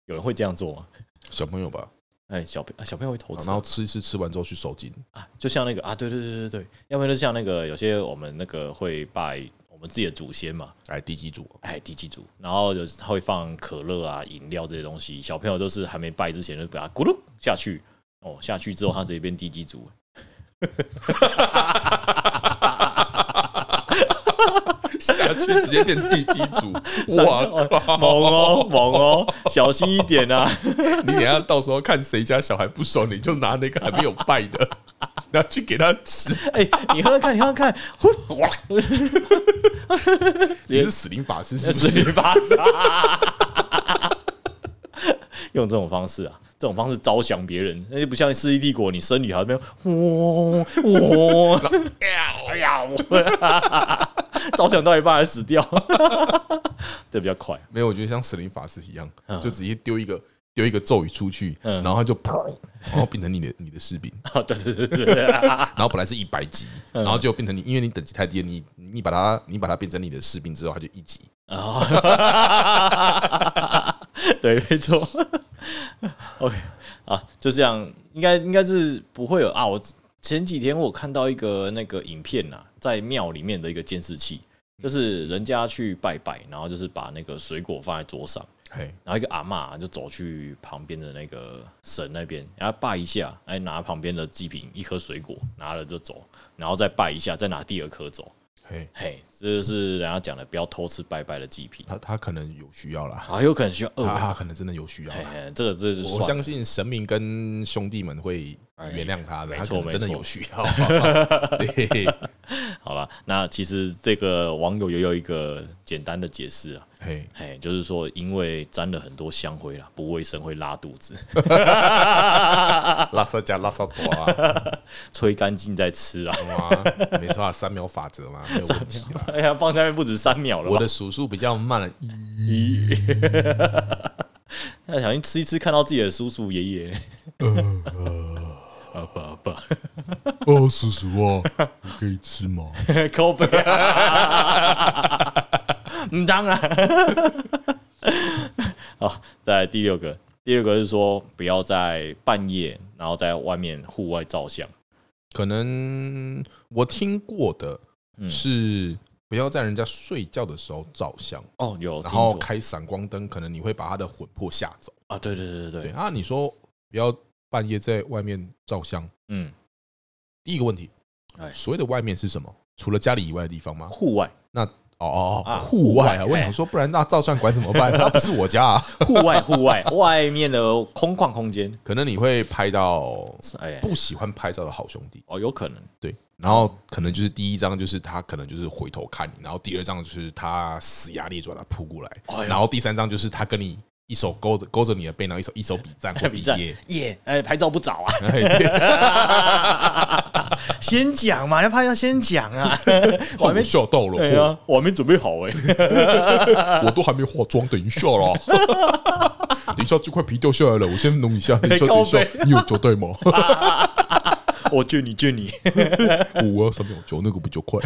Speaker 1: 有人会这样做吗？
Speaker 2: 小朋友吧，
Speaker 1: 哎，小朋小朋友会偷吃
Speaker 2: 然后吃一吃，吃完之后去收金，
Speaker 1: 啊，就像那个啊，对对对对对，要不然就像那个有些我们那个会拜我们自己的祖先嘛，
Speaker 2: 哎，第几组？
Speaker 1: 哎，地基组，然后有他会放可乐啊、饮料这些东西，小朋友都是还没拜之前就把它咕噜下去，哦，下去之后他直接变地基组，
Speaker 2: 下去直接变第几组？ [laughs]
Speaker 1: [laughs]
Speaker 2: 我靠！
Speaker 1: 猛哦猛哦，小心一点啊！
Speaker 2: 你等一下到时候看谁家小孩不爽，你就拿那个还没有拜的， [laughs] 拿去给他吃。
Speaker 1: [laughs] 哎、你喝喝看，你喝喝 [laughs] 看，呼哇，
Speaker 2: 你是死灵法师是不
Speaker 1: 死
Speaker 2: 是？
Speaker 1: 里巴掌， [laughs] 用这种方式啊。这种方式招降别人，那就不像《世纪帝国》，你生女孩那边 [laughs] 哦嗡嗡， [laughs]
Speaker 2: [laughs] 哎呀，我
Speaker 1: 招降到一半还死掉， [laughs] 这比较快。 [laughs]
Speaker 2: 没有，我觉得像死灵法师一样，就直接丢一个丢一个咒语出去，
Speaker 1: 嗯
Speaker 2: 然后他就 [laughs] 砰，然后变成你的你的士兵。
Speaker 1: 啊，对对对对对，
Speaker 2: 然后本来是一百级，然后就变成你，因为你等级太低了，你你把它你把它变成你的士兵之后，它就一级。
Speaker 1: 啊，哦 [laughs] 对，没错。OK，啊，就这样，应该应该是不会有啊。我前几天我看到一个那个影片呐、在庙里面的一个监视器，就是人家去拜拜，然后就是把那个水果放在桌上，
Speaker 2: 嘿，
Speaker 1: 然后一个阿嬷就走去旁边的那个神那边，然后拜一下，哎，拿旁边的祭品一颗水果，拿了就走，然后再拜一下，再拿第二颗走。
Speaker 2: 嘿，
Speaker 1: 嘿，这就是人家讲的，不要偷吃拜拜的祭品。
Speaker 2: 他他可能有需要啦，
Speaker 1: 啊，有可能需要二
Speaker 2: 他
Speaker 1: 维。
Speaker 2: 他可能真的有需要
Speaker 1: 嘿
Speaker 2: 啦。
Speaker 1: 嘿，这个这个就
Speaker 2: 我
Speaker 1: 算了
Speaker 2: 相信神明跟兄弟们会原谅他的，
Speaker 1: 哎没
Speaker 2: 他可
Speaker 1: 错
Speaker 2: 能真的
Speaker 1: 没错
Speaker 2: 有需要。 [laughs] 对，
Speaker 1: 好了。那其实这个网友也有一个简单的解释啊，
Speaker 2: 嘿，
Speaker 1: 嘿，就是说因为沾了很多香灰啦，不卫生会拉肚子，
Speaker 2: 拉萨加拉萨多啊，
Speaker 1: 吹干净再吃啊。 [laughs]
Speaker 2: 哇 [laughs] 没错啊，三秒法则嘛，没有问题啦。
Speaker 1: 哎呀，放在那边不止三秒了
Speaker 2: 我
Speaker 1: 吧？
Speaker 2: 的数数比较慢了，
Speaker 1: [laughs] 那小心吃一吃，看到自己的叔叔爷爷。啊 [laughs] 爸爸，
Speaker 2: 哦，呃叔叔啊，你可以吃吗？
Speaker 1: [laughs] 口碑啊，唔当然。 [laughs] 好，再来第六个，第六个是说不要在半夜，然后在外面户外照相。
Speaker 2: 可能我听过的
Speaker 1: 嗯
Speaker 2: 是不要在人家睡觉的时候照相，
Speaker 1: 哦，有听
Speaker 2: 然后
Speaker 1: 说
Speaker 2: 开闪光灯，可能你会把他的魂魄吓走。
Speaker 1: 啊，对对对对
Speaker 2: 对
Speaker 1: 对，
Speaker 2: 啊，你说不要半夜在外面照相，
Speaker 1: 嗯，
Speaker 2: 第一个问题
Speaker 1: 哎，
Speaker 2: 所谓的外面是什么？除了家里以外的地方吗？
Speaker 1: 户外
Speaker 2: 哦哦
Speaker 1: 啊
Speaker 2: 哦，户外啊！
Speaker 1: 户
Speaker 2: 我
Speaker 1: 外
Speaker 2: 想说，不然那照相馆怎
Speaker 1: [laughs]
Speaker 2: 么办？那不是我家啊，
Speaker 1: 户外户外 [laughs] 外面的空旷空间，
Speaker 2: 可能你会拍到
Speaker 1: 哎，
Speaker 2: 不喜欢拍照的好兄弟。
Speaker 1: 哦，有可能
Speaker 2: 对，然后可能就是第一张就是他可能就是回头看你，然后第二张就是他死牙裂爪的扑过
Speaker 1: 哎
Speaker 2: 来，
Speaker 1: 呦
Speaker 2: 然后第三张就是他跟你一手勾着勾着你的背，然后一手一手比赞或
Speaker 1: 比战
Speaker 2: 耶，
Speaker 1: [laughs] 耶，哎，拍照不早
Speaker 2: 哎对
Speaker 1: 啊，
Speaker 3: 先讲嘛，要怕要先讲啊。我还
Speaker 2: 我
Speaker 3: 没
Speaker 2: 笑到了，
Speaker 1: 对啊，我还没准备好哎、
Speaker 2: 我都还没化妆，等一下
Speaker 1: [laughs]
Speaker 2: 啦。等一下，这块皮掉下来了，我先弄一下。等一下，等
Speaker 1: 靠
Speaker 2: 一
Speaker 1: 背
Speaker 2: 下，你有胶带吗？
Speaker 1: [laughs] 我救你救你， [laughs]
Speaker 2: 我要三秒胶，那个比较快。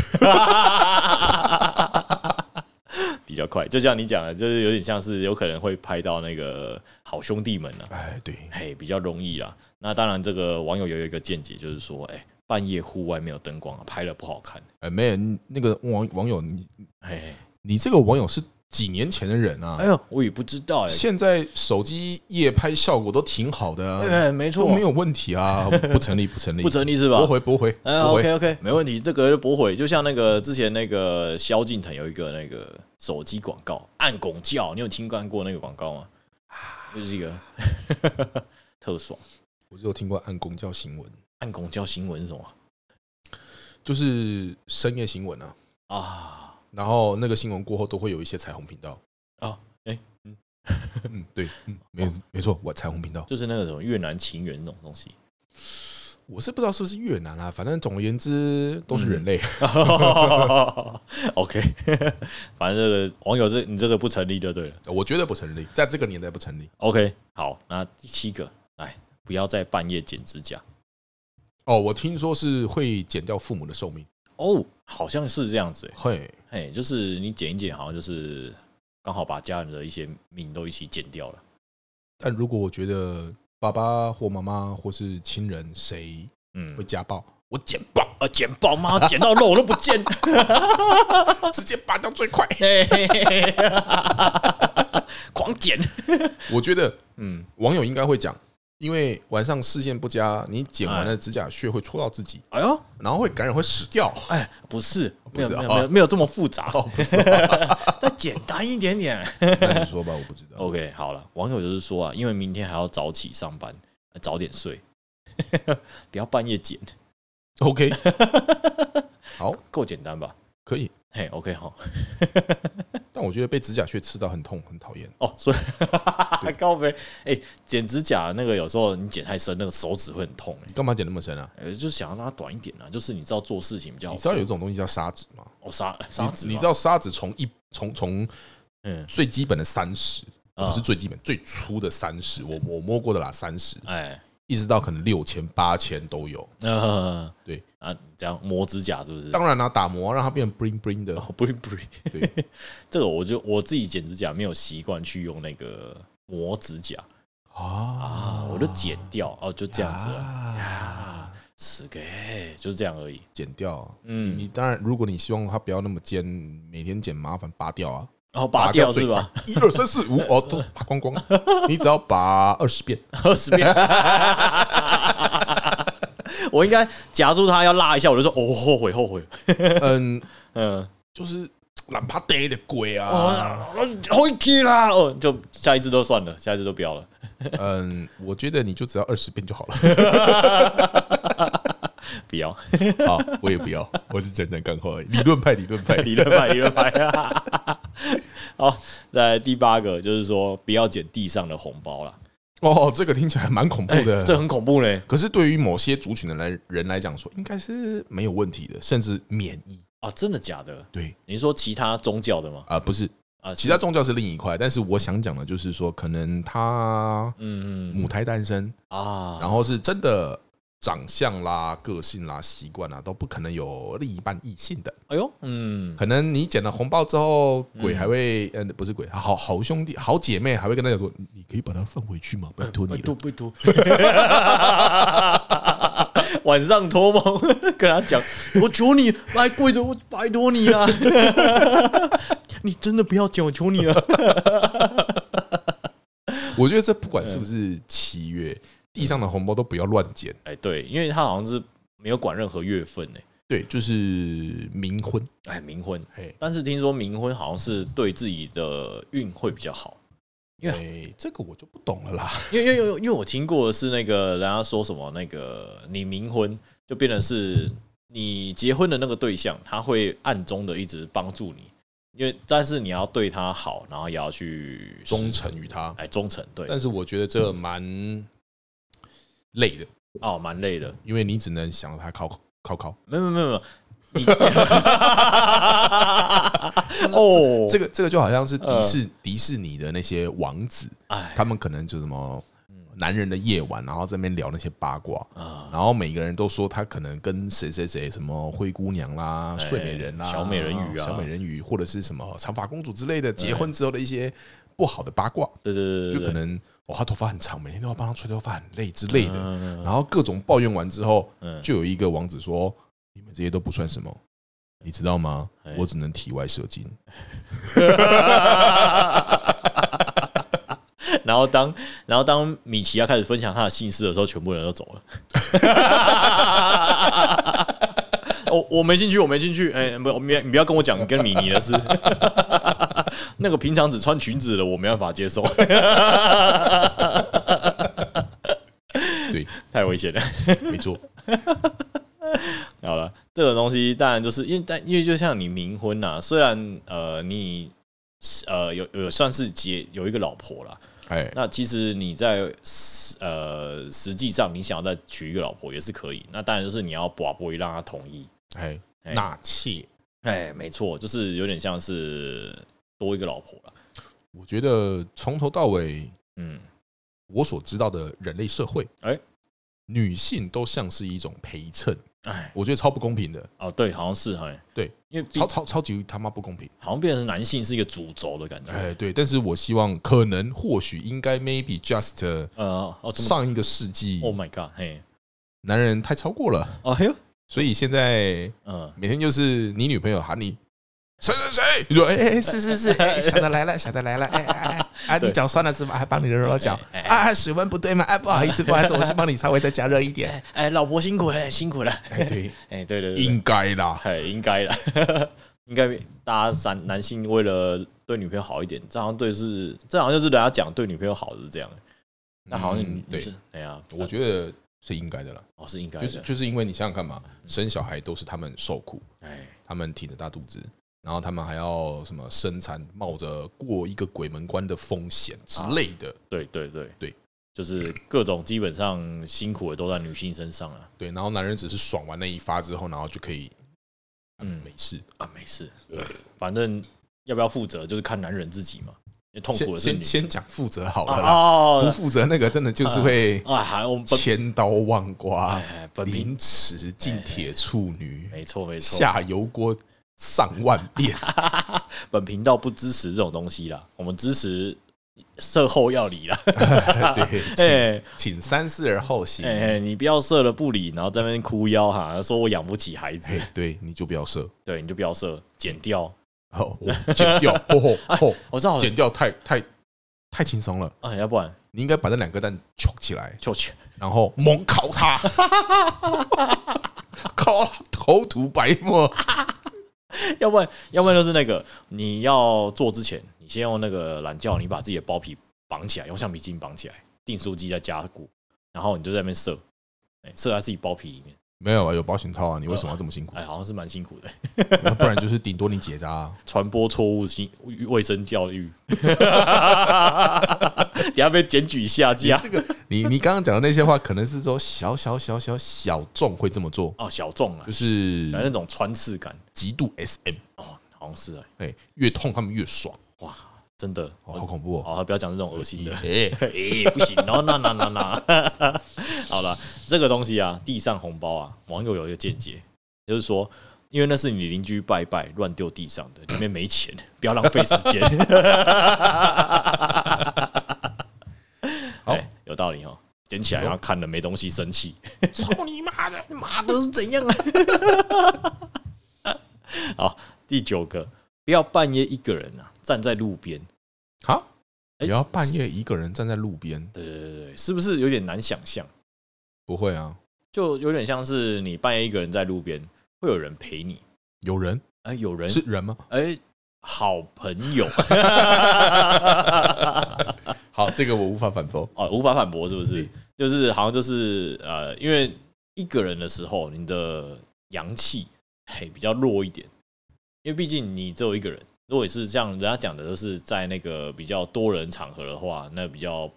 Speaker 1: 比较快。就像你讲的，就是有点像是有可能会拍到那个好兄弟们啊，
Speaker 2: [laughs] 哎，对，
Speaker 1: 嘿，比较容易啦。那当然，这个网友有一个见解，就是说，哎、半夜户外没有灯光、啊，拍了不好看。
Speaker 2: 哎，没有那个网网友，你
Speaker 1: 哎，
Speaker 2: 你这个网友是几年前的人啊
Speaker 3: 哎？呦，
Speaker 1: 我也不知道哎、
Speaker 2: 现在手机夜拍效果都挺好的啊，
Speaker 3: 对，没
Speaker 2: 都
Speaker 3: 错，
Speaker 2: 没有问
Speaker 1: [laughs]
Speaker 2: 题啊，不成立，不成立，
Speaker 1: 哎嗯不成立是吧？
Speaker 2: 驳回，驳回，
Speaker 1: 哎
Speaker 2: 驳
Speaker 1: ，OK
Speaker 2: 回。
Speaker 1: OK，没问题，这个就驳回。就像那个之前那个萧敬腾有一个那个手机广告，按拱叫，你有听干过那个广告吗？就是一个 [laughs] 特爽，
Speaker 2: 我就有听过按公交新闻，
Speaker 1: 按拱叫新闻是什么
Speaker 2: 就是深夜新闻啊。
Speaker 1: 啊？
Speaker 2: 然后那个新闻过后都会有一些彩虹频道。
Speaker 1: 哦，哎嗯，
Speaker 2: [laughs] 嗯，对，嗯，没没错，我彩虹频道。
Speaker 1: 就是那个什么越南情缘那种东西， [laughs]
Speaker 2: 我是不知道是不是越南啦、啊反正总而言之都是人类。
Speaker 1: OK，反正这个网友这你这个不成立就对了。
Speaker 2: 我觉得不成立，在这个年代不成立。
Speaker 1: OK，好，那第七个，来，不要在半夜剪指甲。
Speaker 2: 哦，我听说是会减掉父母的寿命。
Speaker 1: 哦，好像是这样子、
Speaker 2: 嘿，
Speaker 1: 哎，嘿，就是你剪一剪，好像就是刚好把家人的一些命都一起剪掉了。
Speaker 2: 但如果我觉得爸爸或妈妈或是亲人谁
Speaker 1: 嗯
Speaker 2: 会，家暴，我剪爆，
Speaker 1: 啊，剪爆妈， [laughs] 剪到肉都不见。 [laughs]
Speaker 2: 直接拔掉最 [laughs] 快。
Speaker 1: 嘿嘿嘿嘿狂剪。
Speaker 2: 我觉得
Speaker 1: 嗯，
Speaker 2: 网友应该会讲，因为晚上视线不佳，你剪完
Speaker 1: 哎
Speaker 2: 了指甲屑会戳到自己，
Speaker 1: 哎呦，
Speaker 2: 然后会感染会死掉。
Speaker 1: 哎，不是，哦没有
Speaker 2: 不
Speaker 1: 没
Speaker 2: 是
Speaker 1: 有
Speaker 2: 啊
Speaker 1: 没有没有这么复杂， [laughs]
Speaker 2: 哦，不是，
Speaker 3: 再简单一点点。
Speaker 2: 那你说吧，我不知道。
Speaker 1: OK，好了，网友就是说啊，因为明天还要早起上班，呃早点睡， [laughs] 不要半夜剪，
Speaker 2: [laughs] OK，好，
Speaker 1: 够简单吧？
Speaker 2: 可以。
Speaker 1: 嘿，OK 好，
Speaker 2: 但我觉得被指甲屑刺到很痛，很讨厌。
Speaker 1: 哦，所以 [laughs] 高飞，哎、剪指甲那个有时候你剪太深，那个手指会很痛、欸
Speaker 2: 你干嘛剪那么深啊？
Speaker 1: 哎，呃，就是想要让它短一点啊，就是你知道做事情比较好
Speaker 2: 你知道
Speaker 1: 做
Speaker 2: 有一种东西叫砂纸吗？
Speaker 1: 哦砂砂
Speaker 2: 你
Speaker 1: 纸
Speaker 2: 你
Speaker 1: 吗
Speaker 2: 知道砂纸从一从从
Speaker 1: 嗯
Speaker 2: 最基本的三十，
Speaker 1: 啊
Speaker 2: 不是最基本最粗的三十，我我摸过的啦，三十，
Speaker 1: 哎
Speaker 2: 一直到可能六千八千都有。
Speaker 1: 呃
Speaker 2: 对
Speaker 1: 啊这样磨指甲是不是？
Speaker 2: 当然啦，打磨让它变 bling bling 的，
Speaker 1: [laughs] 哦不是不是
Speaker 2: [laughs]
Speaker 1: [laughs]
Speaker 2: 对，
Speaker 1: 这个我就我自己剪指甲没有习惯去用那个磨指甲。啊，
Speaker 2: 啊
Speaker 1: 我就剪掉哦，就这样子了
Speaker 2: 啊
Speaker 1: 啊，，十个哎就是这样而已。
Speaker 2: 剪掉。啊你
Speaker 1: 嗯，
Speaker 2: 你当然，如果你希望它不要那么尖，每天剪麻烦拔掉啊，
Speaker 1: 然后哦拔掉是吧？
Speaker 2: 拔掉最快？一二三四五哦，都拔光光，你只要拔二十遍。
Speaker 1: [laughs] 二十遍， [laughs] 我应该夹住它要拉一下，我就说哦，后悔后悔，
Speaker 2: 嗯，
Speaker 1: 嗯，
Speaker 2: 就是懒趴呆的鬼啊。
Speaker 1: 哦，后一期啦，哦，就下一只都算了，下一只都不要了。
Speaker 2: 嗯，我觉得你就只要二十遍就好了。
Speaker 1: 不要
Speaker 2: [laughs] 好，我也不要，我是真的干话而已。理论派，理论派，
Speaker 1: [laughs] 理论派，理论派。好，再来第八个就是说，不要捡地上的红包啦。
Speaker 2: 哦，这个听起来蛮恐怖
Speaker 1: 哎，
Speaker 2: 的。
Speaker 1: 这很恐怖嘞！
Speaker 2: 可是对于某些族群的来人来讲说，应该是没有问题的，甚至免疫。
Speaker 1: 啊，真的假的？
Speaker 2: 对
Speaker 1: 你是说其他宗教的吗？
Speaker 2: 啊、不是，
Speaker 1: 啊，
Speaker 2: 其他宗教是另一块，但是我想讲的就是说，可能他
Speaker 1: 嗯嗯
Speaker 2: 母胎单身，
Speaker 1: 啊，
Speaker 2: 然后是真的长相啦、个性啦、习惯啊啦，都不可能有另一半异性的。
Speaker 1: 哎呦，嗯，
Speaker 2: 可能你捡了红包之后，鬼还会，嗯，不是鬼，好好兄弟、好姐妹还会跟他讲说，你你可以把它放回去吗？拜托你了。
Speaker 1: 拜托，晚上托梦跟他讲，我求你来跪哎着，我拜托你啊，你真的不要讲，我求你了。
Speaker 2: 我觉得这不管是不是七月，地上的红包都不要乱捡。
Speaker 1: 哎，对，因为他好像是没有管任何月份呢、
Speaker 2: 对，就是冥婚，
Speaker 1: 哎，冥婚，
Speaker 2: [laughs] 哎
Speaker 1: 但是听说冥婚好像是对自己的运会比较好，因为
Speaker 2: 哎，这个我就不懂了啦。
Speaker 1: 因为因为因为我听过的是那个人家说什么那个你冥婚就变成是你结婚的那个对象，他会暗中的一直帮助你，因为但是你要对他好，然后也要去
Speaker 2: 忠诚于他，
Speaker 1: 哎忠诚对
Speaker 2: 但是我觉得这蛮累的，
Speaker 1: 哦蛮累的
Speaker 2: 因为你只能想着他靠考考。
Speaker 1: 没有没有没有没
Speaker 2: [laughs]
Speaker 1: 有，你哦，
Speaker 2: 这个这个就好像是迪士、迪士尼的那些王子，
Speaker 1: 哎
Speaker 2: 他们可能就什么男人的夜晚，然后在那边聊那些八卦，
Speaker 1: 啊
Speaker 2: 然后每个人都说他可能跟谁谁谁什么灰姑娘啦、
Speaker 1: 哎
Speaker 2: 睡美人啦、
Speaker 1: 小美人鱼啊
Speaker 2: 小美人鱼或者是什么长发公主之类的，结婚之后的一些不好的八卦，
Speaker 1: 对对对对，
Speaker 2: 就
Speaker 1: 对
Speaker 2: 可能哇，她头发很长，每天都要帮她吹头发，很累之类的。
Speaker 1: 嗯
Speaker 2: 然后各种抱怨完之后，
Speaker 1: 嗯
Speaker 2: 就有一个王子说：“你们这些都不算什么，你知道吗
Speaker 1: 哎？
Speaker 2: 我只能体外射精。
Speaker 1: [laughs] 然后当然后当米奇要开始分享他的姓氏的时候，全部人都走了。 [laughs] 我我没兴趣，我没兴趣。哎、不，你你不要跟我讲跟米妮的事。 [laughs] 那个平常只穿裙子的，我没办法接受，
Speaker 2: 对，
Speaker 1: 太危险了。
Speaker 2: 没错，
Speaker 1: 好了，这个东西当然就是因为但因为就像你冥婚呐、虽然呃你呃有有算是结有一个老婆啦， [laughs]
Speaker 2: 哎，
Speaker 1: 那其实你在实呃实际上你想要再娶一个老婆也是可以，那当然就是你要把不会让她同意。
Speaker 2: 哎，
Speaker 1: 哎
Speaker 2: 纳妾。
Speaker 1: 哎，没错，就是有点像是多一个老婆了。
Speaker 2: 我觉得从头到尾，
Speaker 1: 嗯，
Speaker 2: 我所知道的人类社会，
Speaker 1: 哎，
Speaker 2: 女性都像是一种陪衬，
Speaker 1: 哎，
Speaker 2: 我觉得超不公平的，
Speaker 1: 哦对，好像是哎，
Speaker 2: 对，
Speaker 1: 因为毕
Speaker 2: 超超超级他妈不公平。
Speaker 1: 好像变成男性是一个主轴的感觉。
Speaker 2: 哎，对，但是我希望，可能或许应该 maybe just
Speaker 1: 呃，哦，怎么
Speaker 2: 上一个世纪，
Speaker 1: ？Oh my god！嘿，
Speaker 2: 男人太超过了，
Speaker 1: 哦嘿呦，
Speaker 2: 所以现在
Speaker 1: 嗯，
Speaker 2: 每天就是你女朋友喊你谁谁谁，你
Speaker 1: [laughs]
Speaker 2: 说哎哎哎是是是，哎小的来了小的来了，哎哎哎哎
Speaker 1: 对
Speaker 2: 你脚酸了是吧？还帮你揉揉脚，
Speaker 1: 哎
Speaker 2: 啊
Speaker 1: 哎
Speaker 2: 啊水温不对吗？哎不好意思不好意思，我去帮你稍微再加热一点。
Speaker 3: 哎哎，老婆辛苦了，辛苦了。
Speaker 2: 哎对，
Speaker 1: 哎， [laughs] 对对对对，
Speaker 2: 应该啦，
Speaker 1: 哎，应该的，应该大家男男性为了对女朋友好一点，这好像对是，这好像就是人家讲对女朋友好是这样。那好像
Speaker 2: 嗯
Speaker 1: 你
Speaker 2: 对，
Speaker 1: 是哎呀，
Speaker 2: 我觉得是应该的啦，
Speaker 1: 我是应该
Speaker 2: 就
Speaker 1: 的，嗯
Speaker 2: 是就是因为你想想看嘛，生小孩都是他们受苦，
Speaker 1: 哎，
Speaker 2: 他们挺着大肚子，然后他们还要什么生产，冒着过一个鬼门关的风险之
Speaker 1: 啊
Speaker 2: 类的。
Speaker 1: 对对对
Speaker 2: 对，
Speaker 1: 就是各种基本上辛苦的都在女性身上啊了
Speaker 2: 对，然后男人只是爽完那一发之后，然后就可以，嗯
Speaker 1: 嗯，
Speaker 2: 没事。
Speaker 1: 啊，没事，反正要不要负责就是看男人自己嘛，因为痛苦
Speaker 2: 先
Speaker 1: 的是
Speaker 2: 先
Speaker 1: 你
Speaker 2: 先讲负责好
Speaker 1: 啊
Speaker 2: 了啦，不
Speaker 1: 哦
Speaker 2: 负责那个真的就是会
Speaker 1: 啊，还我们本
Speaker 2: 千刀万剐、
Speaker 1: 哎本
Speaker 2: 凌
Speaker 1: 平，
Speaker 2: 迟、进铁处女、
Speaker 1: 没错没错，
Speaker 2: 下油锅上万遍。
Speaker 1: [laughs] 本频道不支持这种东西啦，我们支持售后要理 [laughs] 啦。
Speaker 2: 对，
Speaker 1: [laughs] 哎
Speaker 2: 请请三思而后行。
Speaker 1: 哎哎，你不要射了不理，然后在那边哭腰哈，说我养不起孩子
Speaker 3: [laughs]
Speaker 2: 哎，，对，你就不要射，
Speaker 1: 对，你就不要射，剪掉。
Speaker 2: 哦，我剪掉，
Speaker 3: [laughs]
Speaker 2: 哦
Speaker 3: 哎
Speaker 2: 哦
Speaker 1: 我知道
Speaker 2: 哦，
Speaker 1: 了，
Speaker 2: 剪掉太太太轻松了。
Speaker 1: 啊，要不然
Speaker 2: 你应该把那两个蛋揪起来，
Speaker 1: 就去
Speaker 2: 然后猛烤
Speaker 3: [laughs]
Speaker 2: 它，烤它头涂白沫。
Speaker 1: [laughs] 要不然，要不然就是那个你要做之前，你先用那个懒觉，你把自己的包皮绑起来，用橡皮筋绑起来，订书机再加固，然后你就在那边射，哎、射在自己包皮里面，
Speaker 2: 没有啊，有保险套啊，你为什么要这么
Speaker 3: [laughs]
Speaker 2: 辛苦
Speaker 1: 哎、？好像是蛮辛苦的，
Speaker 2: 不然就是顶多你结扎、啊。
Speaker 1: 传播错误性卫生教育， [laughs] 等下被检举下
Speaker 2: 你
Speaker 1: 架
Speaker 2: 这个，你你刚刚讲的那些话，可能是说小小小小小众会这么做，
Speaker 1: 哦，小众啊
Speaker 2: 就，
Speaker 1: 反正那
Speaker 2: 是
Speaker 1: 种穿刺感，
Speaker 2: 极度 SM，
Speaker 1: 哦，好像是哎、
Speaker 2: 哎，越痛他们越爽，
Speaker 1: 哇，真的，
Speaker 2: 哦好恐怖哦！
Speaker 1: 好，不要讲这种恶心的。
Speaker 2: 哎，
Speaker 1: [laughs] 哎、不行，然后那那那那，好了，这个东西啊，地上红包啊，网友有一个见解，就是说，因为那是你邻居拜拜乱丢地上的，里面没钱，不要浪费时间。
Speaker 2: 好
Speaker 1: 哎有道理哦，捡起来然后看了没东西生气，
Speaker 2: 操你妈的！
Speaker 3: 妈的是怎样啊？
Speaker 1: 第九个，不要半夜一个人啊站在路边，
Speaker 2: 好，
Speaker 1: 哎
Speaker 2: 你要半夜一个人站在路边，
Speaker 1: 对对对对，是不是有点难想象？
Speaker 2: 不会啊，
Speaker 1: 就有点像是你半夜一个人在路边，会有人陪你，
Speaker 2: 有人
Speaker 1: 哎、有人
Speaker 2: 是人吗？
Speaker 1: 哎、好朋
Speaker 2: [laughs]
Speaker 1: 友
Speaker 2: 好，这个我无法反驳。
Speaker 1: 哦，无法反驳，是不是？就是好像就是呃，因为一个人的时候，你的阳气嘿比较弱一点，因为毕竟你只有一个人。如果是像人家讲的，就是在那个比较多人场合的话，那比较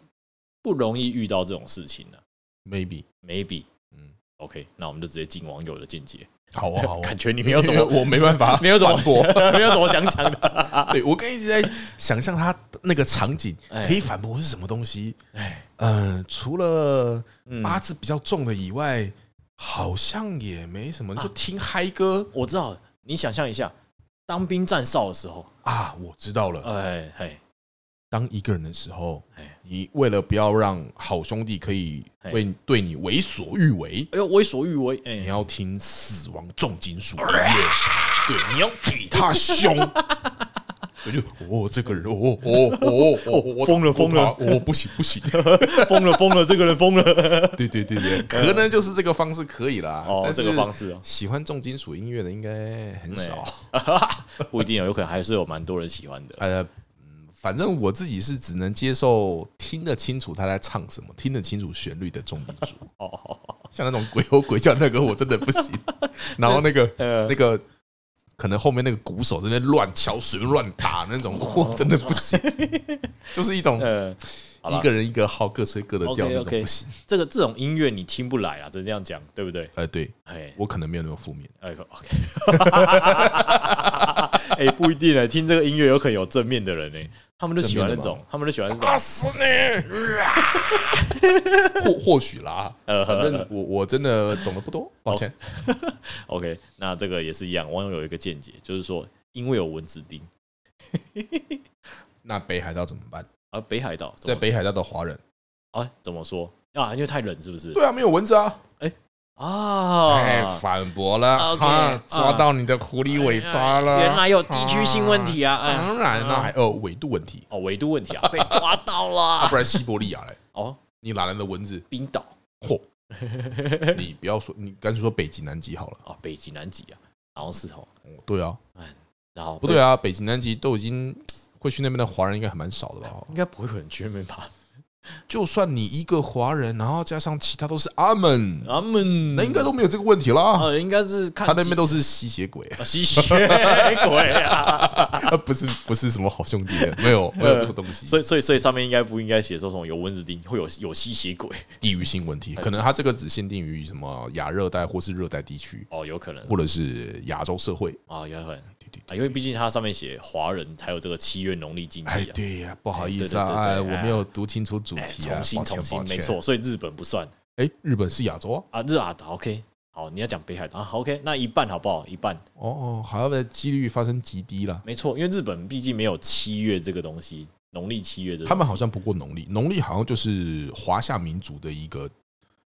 Speaker 1: 不容易遇到这种事情呢、啊
Speaker 2: Maybe，
Speaker 1: maybe，
Speaker 2: 嗯
Speaker 1: OK，那我们就直接进网友的见解，
Speaker 2: 好啊，好啊，
Speaker 1: [laughs] 感觉你没有什
Speaker 2: 因
Speaker 1: 么，
Speaker 2: 为 [laughs] 我没办法
Speaker 1: [laughs] 没有什么
Speaker 2: 反驳。，
Speaker 1: 没有什么想讲的。 [laughs]
Speaker 2: [laughs] 对我刚一直在想象他那个场景
Speaker 1: 哎
Speaker 2: 可以反驳是什么东西。
Speaker 1: 哎，
Speaker 2: 嗯，除了
Speaker 1: 嗯
Speaker 2: 八字比较重的以外，好像也没
Speaker 1: 啊
Speaker 2: 什么，就听嗨歌
Speaker 1: 我知道，你想象一下，当兵站哨的时候，
Speaker 2: 啊。我知道了，
Speaker 1: 哎哎，
Speaker 2: 当一个人的时候
Speaker 1: 哎，
Speaker 2: 你为了不要让好兄弟可以
Speaker 1: 哎
Speaker 2: 为对你为所欲为，
Speaker 1: 哎呦，为所欲为，
Speaker 2: 你
Speaker 1: 哎，
Speaker 2: 要听死亡重金属音乐，对，你要比他凶。我就哦，这个人哦哦哦哦，我
Speaker 1: 疯了疯了，
Speaker 2: 我哦不行不行，
Speaker 1: [laughs] 疯了疯了，这个人疯了。
Speaker 2: 对对
Speaker 1: [laughs]
Speaker 2: 对对，可能就是这个方式可以啦。
Speaker 1: 哦
Speaker 2: 但，是
Speaker 1: 这个方式哦，
Speaker 2: 喜欢重金属音乐的应该很少。
Speaker 1: 不一定哦，有可能还是有蛮多人喜欢的。
Speaker 2: 呃，嗯反正我自己是只能接受听得清楚他在唱什么，听得清楚旋律的重金属。
Speaker 1: 哦，
Speaker 2: 像那种鬼吼鬼叫那个，我真
Speaker 1: [laughs]
Speaker 2: 的不行。 [laughs] 然后那个
Speaker 1: 呃
Speaker 2: 那个，可能后面那个鼓手在那边乱敲、随便乱打那种，
Speaker 1: 哦
Speaker 2: 我真的不行。
Speaker 1: [laughs]
Speaker 2: 就是一种
Speaker 1: 呃，好
Speaker 2: 一
Speaker 1: 啦
Speaker 2: 个人一个号各吹各的调那
Speaker 1: OK，OK
Speaker 2: 种不行。
Speaker 1: 这个这种音乐你听不来啊，只能这样讲，对不对？
Speaker 2: 哎，对
Speaker 1: 哎，
Speaker 2: 我可能没有那么负面。
Speaker 1: 哎，OK，哎，不一定哎，听这个音乐有可能有正面的人呢，他们就喜欢那
Speaker 2: 正面
Speaker 1: 种，他们就喜欢那
Speaker 2: 打
Speaker 1: 种，
Speaker 2: 啊死你！ [laughs] 或或许啦，
Speaker 1: 呃
Speaker 2: 反正我我真的懂得不多，抱歉。
Speaker 1: OK，那这个也是一样，网友有一个见解，就是说，因为有蚊子叮，
Speaker 2: 那北海道怎么办？
Speaker 1: 而北海道
Speaker 2: 在
Speaker 1: 怎么
Speaker 2: 北海道的华人，
Speaker 1: 啊怎么说啊？因为太冷是不是？
Speaker 2: 对啊，没有蚊子啊！哎
Speaker 1: 啊，，哎
Speaker 2: 反驳了
Speaker 3: OK，
Speaker 2: 啊，抓
Speaker 3: 啊
Speaker 2: 到你的狐狸尾巴了！
Speaker 3: 原来有地区性问题啊！哎，
Speaker 2: 当然啦，还有纬度问题，
Speaker 1: 哦，纬度问题
Speaker 2: [laughs]
Speaker 1: 啊，
Speaker 3: 被抓到
Speaker 2: 啊，
Speaker 3: 了，
Speaker 2: 不然西伯利亚嘞，
Speaker 1: [laughs]
Speaker 2: [laughs]
Speaker 1: 哦，
Speaker 2: 你哪来的蚊子？
Speaker 1: 冰岛
Speaker 2: 嚯！你不要说，你干脆说北极、南极好了。
Speaker 1: 啊，北极、南极啊，好像是哦，
Speaker 2: 哦对啊，
Speaker 1: 然后
Speaker 2: 不对啊，北极、南极都已经会去那边的华人应该还蛮少的吧
Speaker 1: 北，？应该不会有人去那边吧？ [laughs]
Speaker 2: 就算你一个华人，然后加上其他都是阿门，
Speaker 1: 他们
Speaker 2: 那应该都没有这个问题啦。
Speaker 1: 呃，应该是看
Speaker 2: 他那边
Speaker 1: 几
Speaker 2: 都是吸血鬼，
Speaker 1: 啊吸血鬼啊， [laughs]
Speaker 2: 啊 [laughs] 不是不是什么好兄弟的，没有没有这个东西。
Speaker 1: 所以所以所以上面应该不应该写说什么有蚊子叮，会有有吸血鬼
Speaker 2: 地域性问题，可能他这个只限定于什么亚热带或是热带地区，
Speaker 1: 哦，有可能
Speaker 2: 或者是亚洲社会。
Speaker 1: 啊，有可能。
Speaker 2: 对对
Speaker 1: 啊，
Speaker 2: 对
Speaker 1: 因为毕竟它上面写华人才有这个七月农历禁
Speaker 2: 哎
Speaker 1: 忌，啊，
Speaker 2: 对呀、不好意思
Speaker 1: 哎
Speaker 2: 啊，
Speaker 1: 对对
Speaker 2: 哎，
Speaker 1: 对
Speaker 2: 我
Speaker 1: 对
Speaker 2: 没有读清楚主
Speaker 1: 哎
Speaker 2: 题啊，
Speaker 1: 重新
Speaker 2: 抱歉
Speaker 1: 重新，
Speaker 2: 抱歉
Speaker 1: 没。错，所以日本不算
Speaker 2: 哎，日本是亚洲啊，
Speaker 1: 啊，日啊，OK，好，你要讲北海道啊好，OK，那一半好不好？一半
Speaker 2: 哦哦，好像的几率发生极低啦。
Speaker 1: 没错，因为日本毕竟没有七月这个东西，农历七月这个
Speaker 2: 他们好像不过农历，农历好像就是华夏民族的一个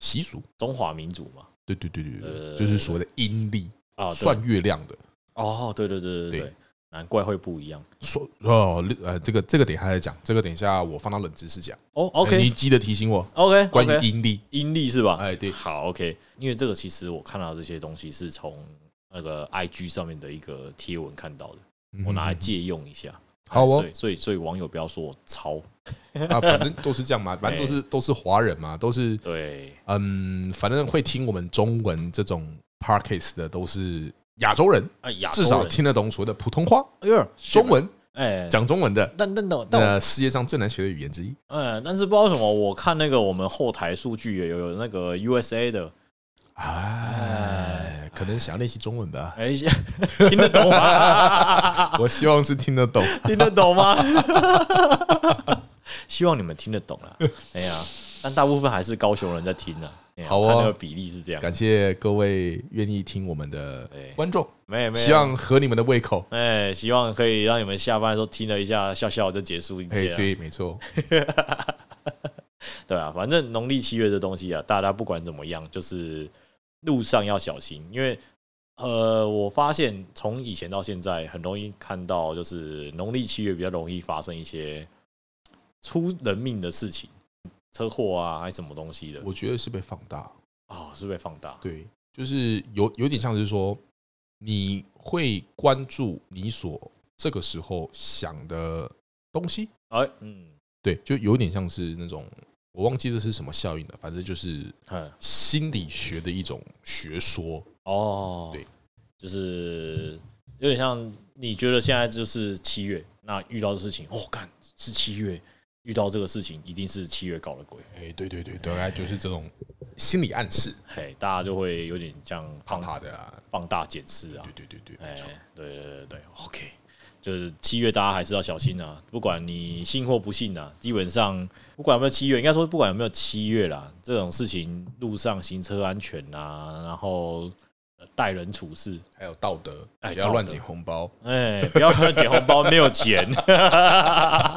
Speaker 2: 习俗。
Speaker 1: 中华民族嘛，
Speaker 2: 对对对对
Speaker 1: 对对
Speaker 2: 对，
Speaker 1: 对
Speaker 2: 就是所谓的阴历，
Speaker 1: 啊，呃对
Speaker 2: 算月亮的。
Speaker 1: 哦，对对对对对
Speaker 2: 对，
Speaker 1: 难怪会不一样
Speaker 2: 说哦，呃，这个这个等一下再讲，这个等一下我放到冷知识讲。
Speaker 1: 哦
Speaker 2: 哎你
Speaker 1: ，OK
Speaker 2: 记得提醒我
Speaker 1: OK，
Speaker 2: 关于阴历。
Speaker 1: 阴历是吧？
Speaker 2: 哎，对，
Speaker 1: 好，OK，因为这个其实我看到这些东西是从那个 IG 上面的一个贴文看到的，我拿来借用一下。
Speaker 2: 嗯
Speaker 1: 哎
Speaker 2: 好哦
Speaker 1: 所以所以所以网友不要说我抄，
Speaker 2: 啊，反正都是这样嘛，反正都是都是华人嘛，都是
Speaker 1: 对，
Speaker 2: 嗯，反正会听我们中文这种 podcast 的都是亚洲人，
Speaker 1: 哎呀，
Speaker 2: 至少听得懂所谓的普通话、
Speaker 1: 哎呦
Speaker 2: 中，文，
Speaker 1: 哎，
Speaker 2: 讲啊中文的，
Speaker 1: 但但但但我，
Speaker 2: 那世界上最难学的语言之一
Speaker 1: 哎，但是不知道为什么，我看那个我们后台数据有有那个 USA 的，啊
Speaker 2: 哎，可能想要练习中文吧。
Speaker 1: 哎， [laughs] 听得懂
Speaker 2: [laughs]
Speaker 1: 吗？
Speaker 2: 我希望是听
Speaker 1: [laughs]
Speaker 2: 得懂。
Speaker 1: 听得懂吗？希望你们听得懂啦。哎呀，但大部分还是高雄人在听呢、啊。哎呀
Speaker 2: 好哦
Speaker 1: 看那个比例是这样。
Speaker 2: 感谢各位愿意听我们的
Speaker 1: 对
Speaker 2: 观众，
Speaker 1: 没有没有，
Speaker 2: 希望合你们的胃口。
Speaker 1: 哎，希望可以让你们下班的时候听了一下，笑笑就结束一
Speaker 2: 哎
Speaker 1: 天、，啊。
Speaker 2: 对，没错，
Speaker 1: 对啊，反正农历七月这东西啊，大家不管怎么样，就是路上要小心，因为呃，我发现从以前到现在，很容易看到就是农历七月比较容易发生一些出人命的事情，车祸啊，还是什么东西的，
Speaker 2: 我觉得是被放大。
Speaker 1: 哦，是被放大，
Speaker 2: 对，就是有有点像是说，你会关注你所这个时候想的东西，
Speaker 1: 哎，嗯，
Speaker 2: 对，就有点像是那种我忘记这是什么效应了，反正就是
Speaker 1: 哼，
Speaker 2: 心理学的一种学说。
Speaker 1: 哦，
Speaker 2: 对，
Speaker 1: 就是有点像你觉得现在就是七月，那遇到的事情，哦，干是七月。遇到这个事情，一定是七月搞的鬼。
Speaker 2: 哎，对对对，大概就是这种心理暗示，
Speaker 1: 嘿，大家就会有点像
Speaker 2: 怕
Speaker 1: 放
Speaker 2: 怕的啊。
Speaker 1: 放大检视啊
Speaker 2: 对，对对对，
Speaker 1: 哎
Speaker 2: 没错。，
Speaker 1: 对对对对对，OK，就是七月大家还是要小心啊，不管你信或不信啊，基本上不管有没有七月，应该说不管有没有七月啦，这种事情路上行车安全啊，然后呃待人处事，
Speaker 2: 还有道德，
Speaker 1: 哎
Speaker 2: 不要乱
Speaker 1: 道德
Speaker 2: 捡红包。
Speaker 1: 哎、不要乱捡红包，没有钱， [laughs]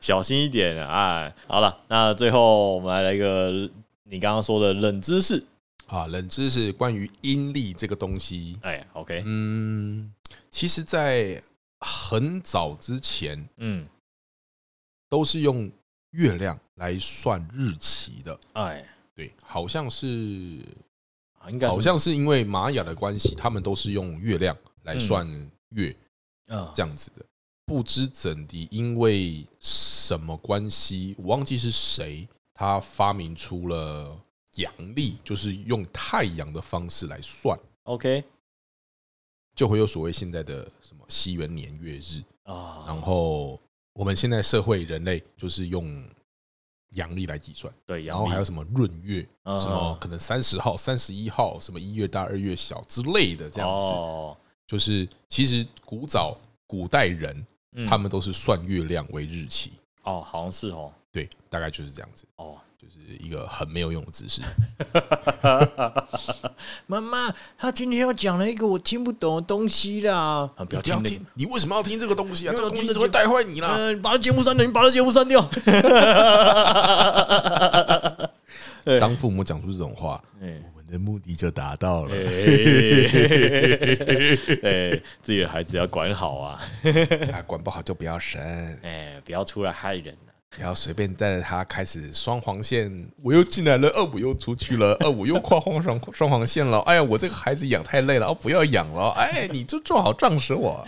Speaker 1: 小心一点啊！哎，好了，那最后我们来来一个你刚刚说的冷知识，
Speaker 2: 啊，冷知识关于阴历这个东西，
Speaker 1: 哎，OK，
Speaker 2: 嗯，其实，在很早之前
Speaker 1: 嗯，
Speaker 2: 都是用月亮来算日期的，
Speaker 1: 哎，
Speaker 2: 对，好像是
Speaker 1: 啊应该是
Speaker 2: 好像是因为玛雅的关系，他们都是用月亮来算月
Speaker 1: 嗯
Speaker 2: 这样子的。不知怎的，因为什么关系，我忘记是谁，他发明出了阳历，就是用太阳的方式来算。
Speaker 1: ，OK
Speaker 2: 就会有所谓现在的什么西元年月日，然
Speaker 1: 啊，
Speaker 2: 后我们现在社会人类就是用阳历来计算，
Speaker 1: 对，嗯
Speaker 2: 然后还有什么闰月，
Speaker 1: 有
Speaker 2: 什么可能三十号、三十一号，什么一月大、二月小之类的，这样子。
Speaker 1: 哦，
Speaker 2: 就是其实古早古代人
Speaker 1: 嗯
Speaker 2: 他们都是算月亮为日期，
Speaker 1: 哦，好像是哦，
Speaker 2: 对，大概就是这样子， [laughs]
Speaker 1: 哦，
Speaker 2: 就是一个很没有用的知识。
Speaker 1: 妈妈，他今天又讲了一个我听不懂的东西啦， [laughs] 啊、不要
Speaker 2: 不
Speaker 1: 听
Speaker 2: 要
Speaker 1: 那个
Speaker 2: 听，你为什么要听这个东西啊？
Speaker 1: 因
Speaker 2: 这
Speaker 1: 为
Speaker 2: 个
Speaker 1: 我
Speaker 2: 东西
Speaker 1: 真的
Speaker 2: 只会
Speaker 1: 觉
Speaker 2: 带坏你啦。
Speaker 1: 呃，你把他节目删掉，你把他节目删掉。对
Speaker 2: 当父母讲出这种话，
Speaker 1: 哎
Speaker 2: 我们的目的就达到了。
Speaker 1: 哎，自己的孩子要管好啊，
Speaker 2: 啊，管不好就不要生，
Speaker 1: 哎，不要出来害人啊
Speaker 2: 不要随便带着他开始双黄线。我又进来了，二我又出去了，二我又跨黄 [laughs] 双双黄线了。哎呀，我这个孩子养太累了，哦，不要养了。哎，你就做好撞死我，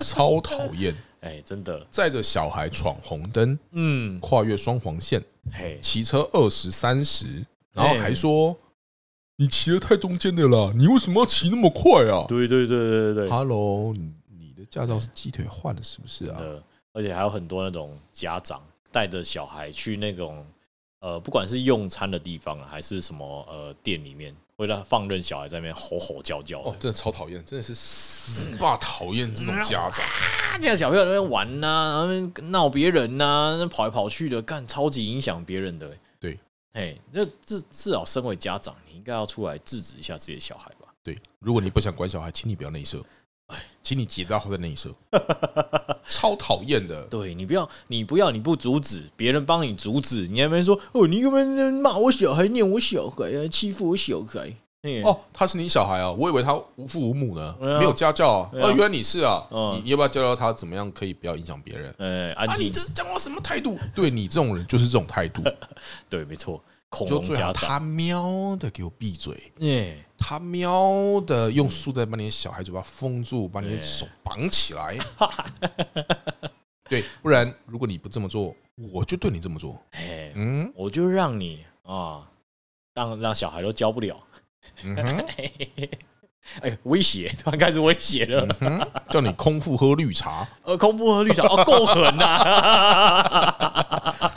Speaker 2: 超讨厌。
Speaker 1: 哎，真的，
Speaker 2: 载着小孩闯红灯，
Speaker 1: 嗯，
Speaker 2: 跨越双黄线，
Speaker 1: 嘿，
Speaker 2: 骑车二十三十，然后
Speaker 1: 哎
Speaker 2: 还说你骑的太中间的啦，你为什么要骑那么快啊
Speaker 1: 对对对对对对，
Speaker 2: ？Hello，你你的驾照是鸡腿换的，是不是
Speaker 1: 真
Speaker 2: 啊？
Speaker 1: 的，而且还有很多那种家长带着小孩去那种呃，不管是用餐的地方啊，还是什么呃店里面，会让放任小孩在那边吼吼叫叫的
Speaker 2: 哦，，真的超讨厌，真的是死爸讨厌这种家长。
Speaker 1: 啊，这样小朋友在那边玩呐、然后闹别人呐、那跑来跑去的，干超级影响别人的、欸。
Speaker 2: 对，
Speaker 1: 哎，那至至少身为家长，你应该要出来制止一下自己的小孩吧？
Speaker 2: 对，如果你不想管小孩，请你不要内射，
Speaker 1: 哎
Speaker 2: 请你结扎后再内
Speaker 1: [laughs]
Speaker 2: 射，超讨厌的。
Speaker 1: 对你不要，你不要，你不阻止，别人帮你阻止，你还没说哦，你干嘛在那边骂我小孩，念我小孩啊，欺负我小孩？嘿
Speaker 2: 哦，他是你小孩哦，我以为他无父无母呢，
Speaker 1: 对啊
Speaker 2: 没有家教啊。
Speaker 1: 对啊
Speaker 2: 哦，原来你是啊，
Speaker 1: 嗯
Speaker 2: 你你要不要教教他怎么样可以不要影响别人？
Speaker 1: 呃，安
Speaker 2: 啊，
Speaker 1: 静
Speaker 2: 你，这是讲话什么态度？对你这种人就是这种态
Speaker 1: [laughs]
Speaker 2: 度，
Speaker 1: 对，没错，恐
Speaker 2: 就
Speaker 1: 龙
Speaker 2: 最
Speaker 1: 家
Speaker 2: 好
Speaker 1: 长，
Speaker 2: 他喵的给我闭嘴，
Speaker 1: 哎，
Speaker 2: 他喵的用塑料袋把你的小孩嘴巴封住，把你的
Speaker 1: 嗯对
Speaker 2: 手绑
Speaker 1: [laughs]
Speaker 2: 起来。对，不然如果你不这么做，我就对你这么做。
Speaker 1: 哎，
Speaker 2: 嗯
Speaker 1: 我就让你啊，让让小孩都教不了。
Speaker 2: 嗯哼，
Speaker 1: 哎，威胁， [laughs] 突然开始威胁了。
Speaker 2: 嗯哼叫你空腹喝绿茶，
Speaker 1: [laughs] 呃，空腹和绿茶哦，够狠呐、
Speaker 2: 嗯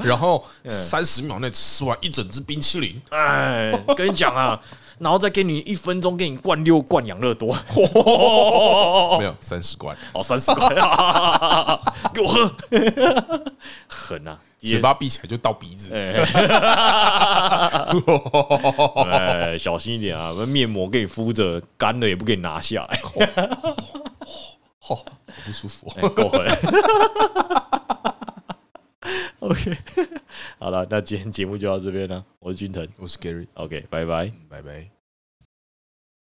Speaker 2: 然后
Speaker 1: 嗯
Speaker 2: 三十秒内吃完一整只冰淇淋，
Speaker 1: [laughs] 哎，跟你讲啊，然后再给你一分钟，给你灌六罐养乐多， [laughs]
Speaker 2: 没有三十罐，
Speaker 1: 哦，三十罐， [laughs] 给我喝，狠呐、啊！
Speaker 2: 嘴巴闭起来就到鼻 [laughs] 子。 [laughs]
Speaker 1: 哎，小心一点啊！面膜给你敷着，干了也不给你拿下来，
Speaker 2: 好好不舒服哦。
Speaker 1: 哎够狠。OK，好了，那今天节目就到这边了。我是君腾
Speaker 2: [laughs] 我是 Gary，
Speaker 1: ，OK，拜拜。
Speaker 2: 拜拜。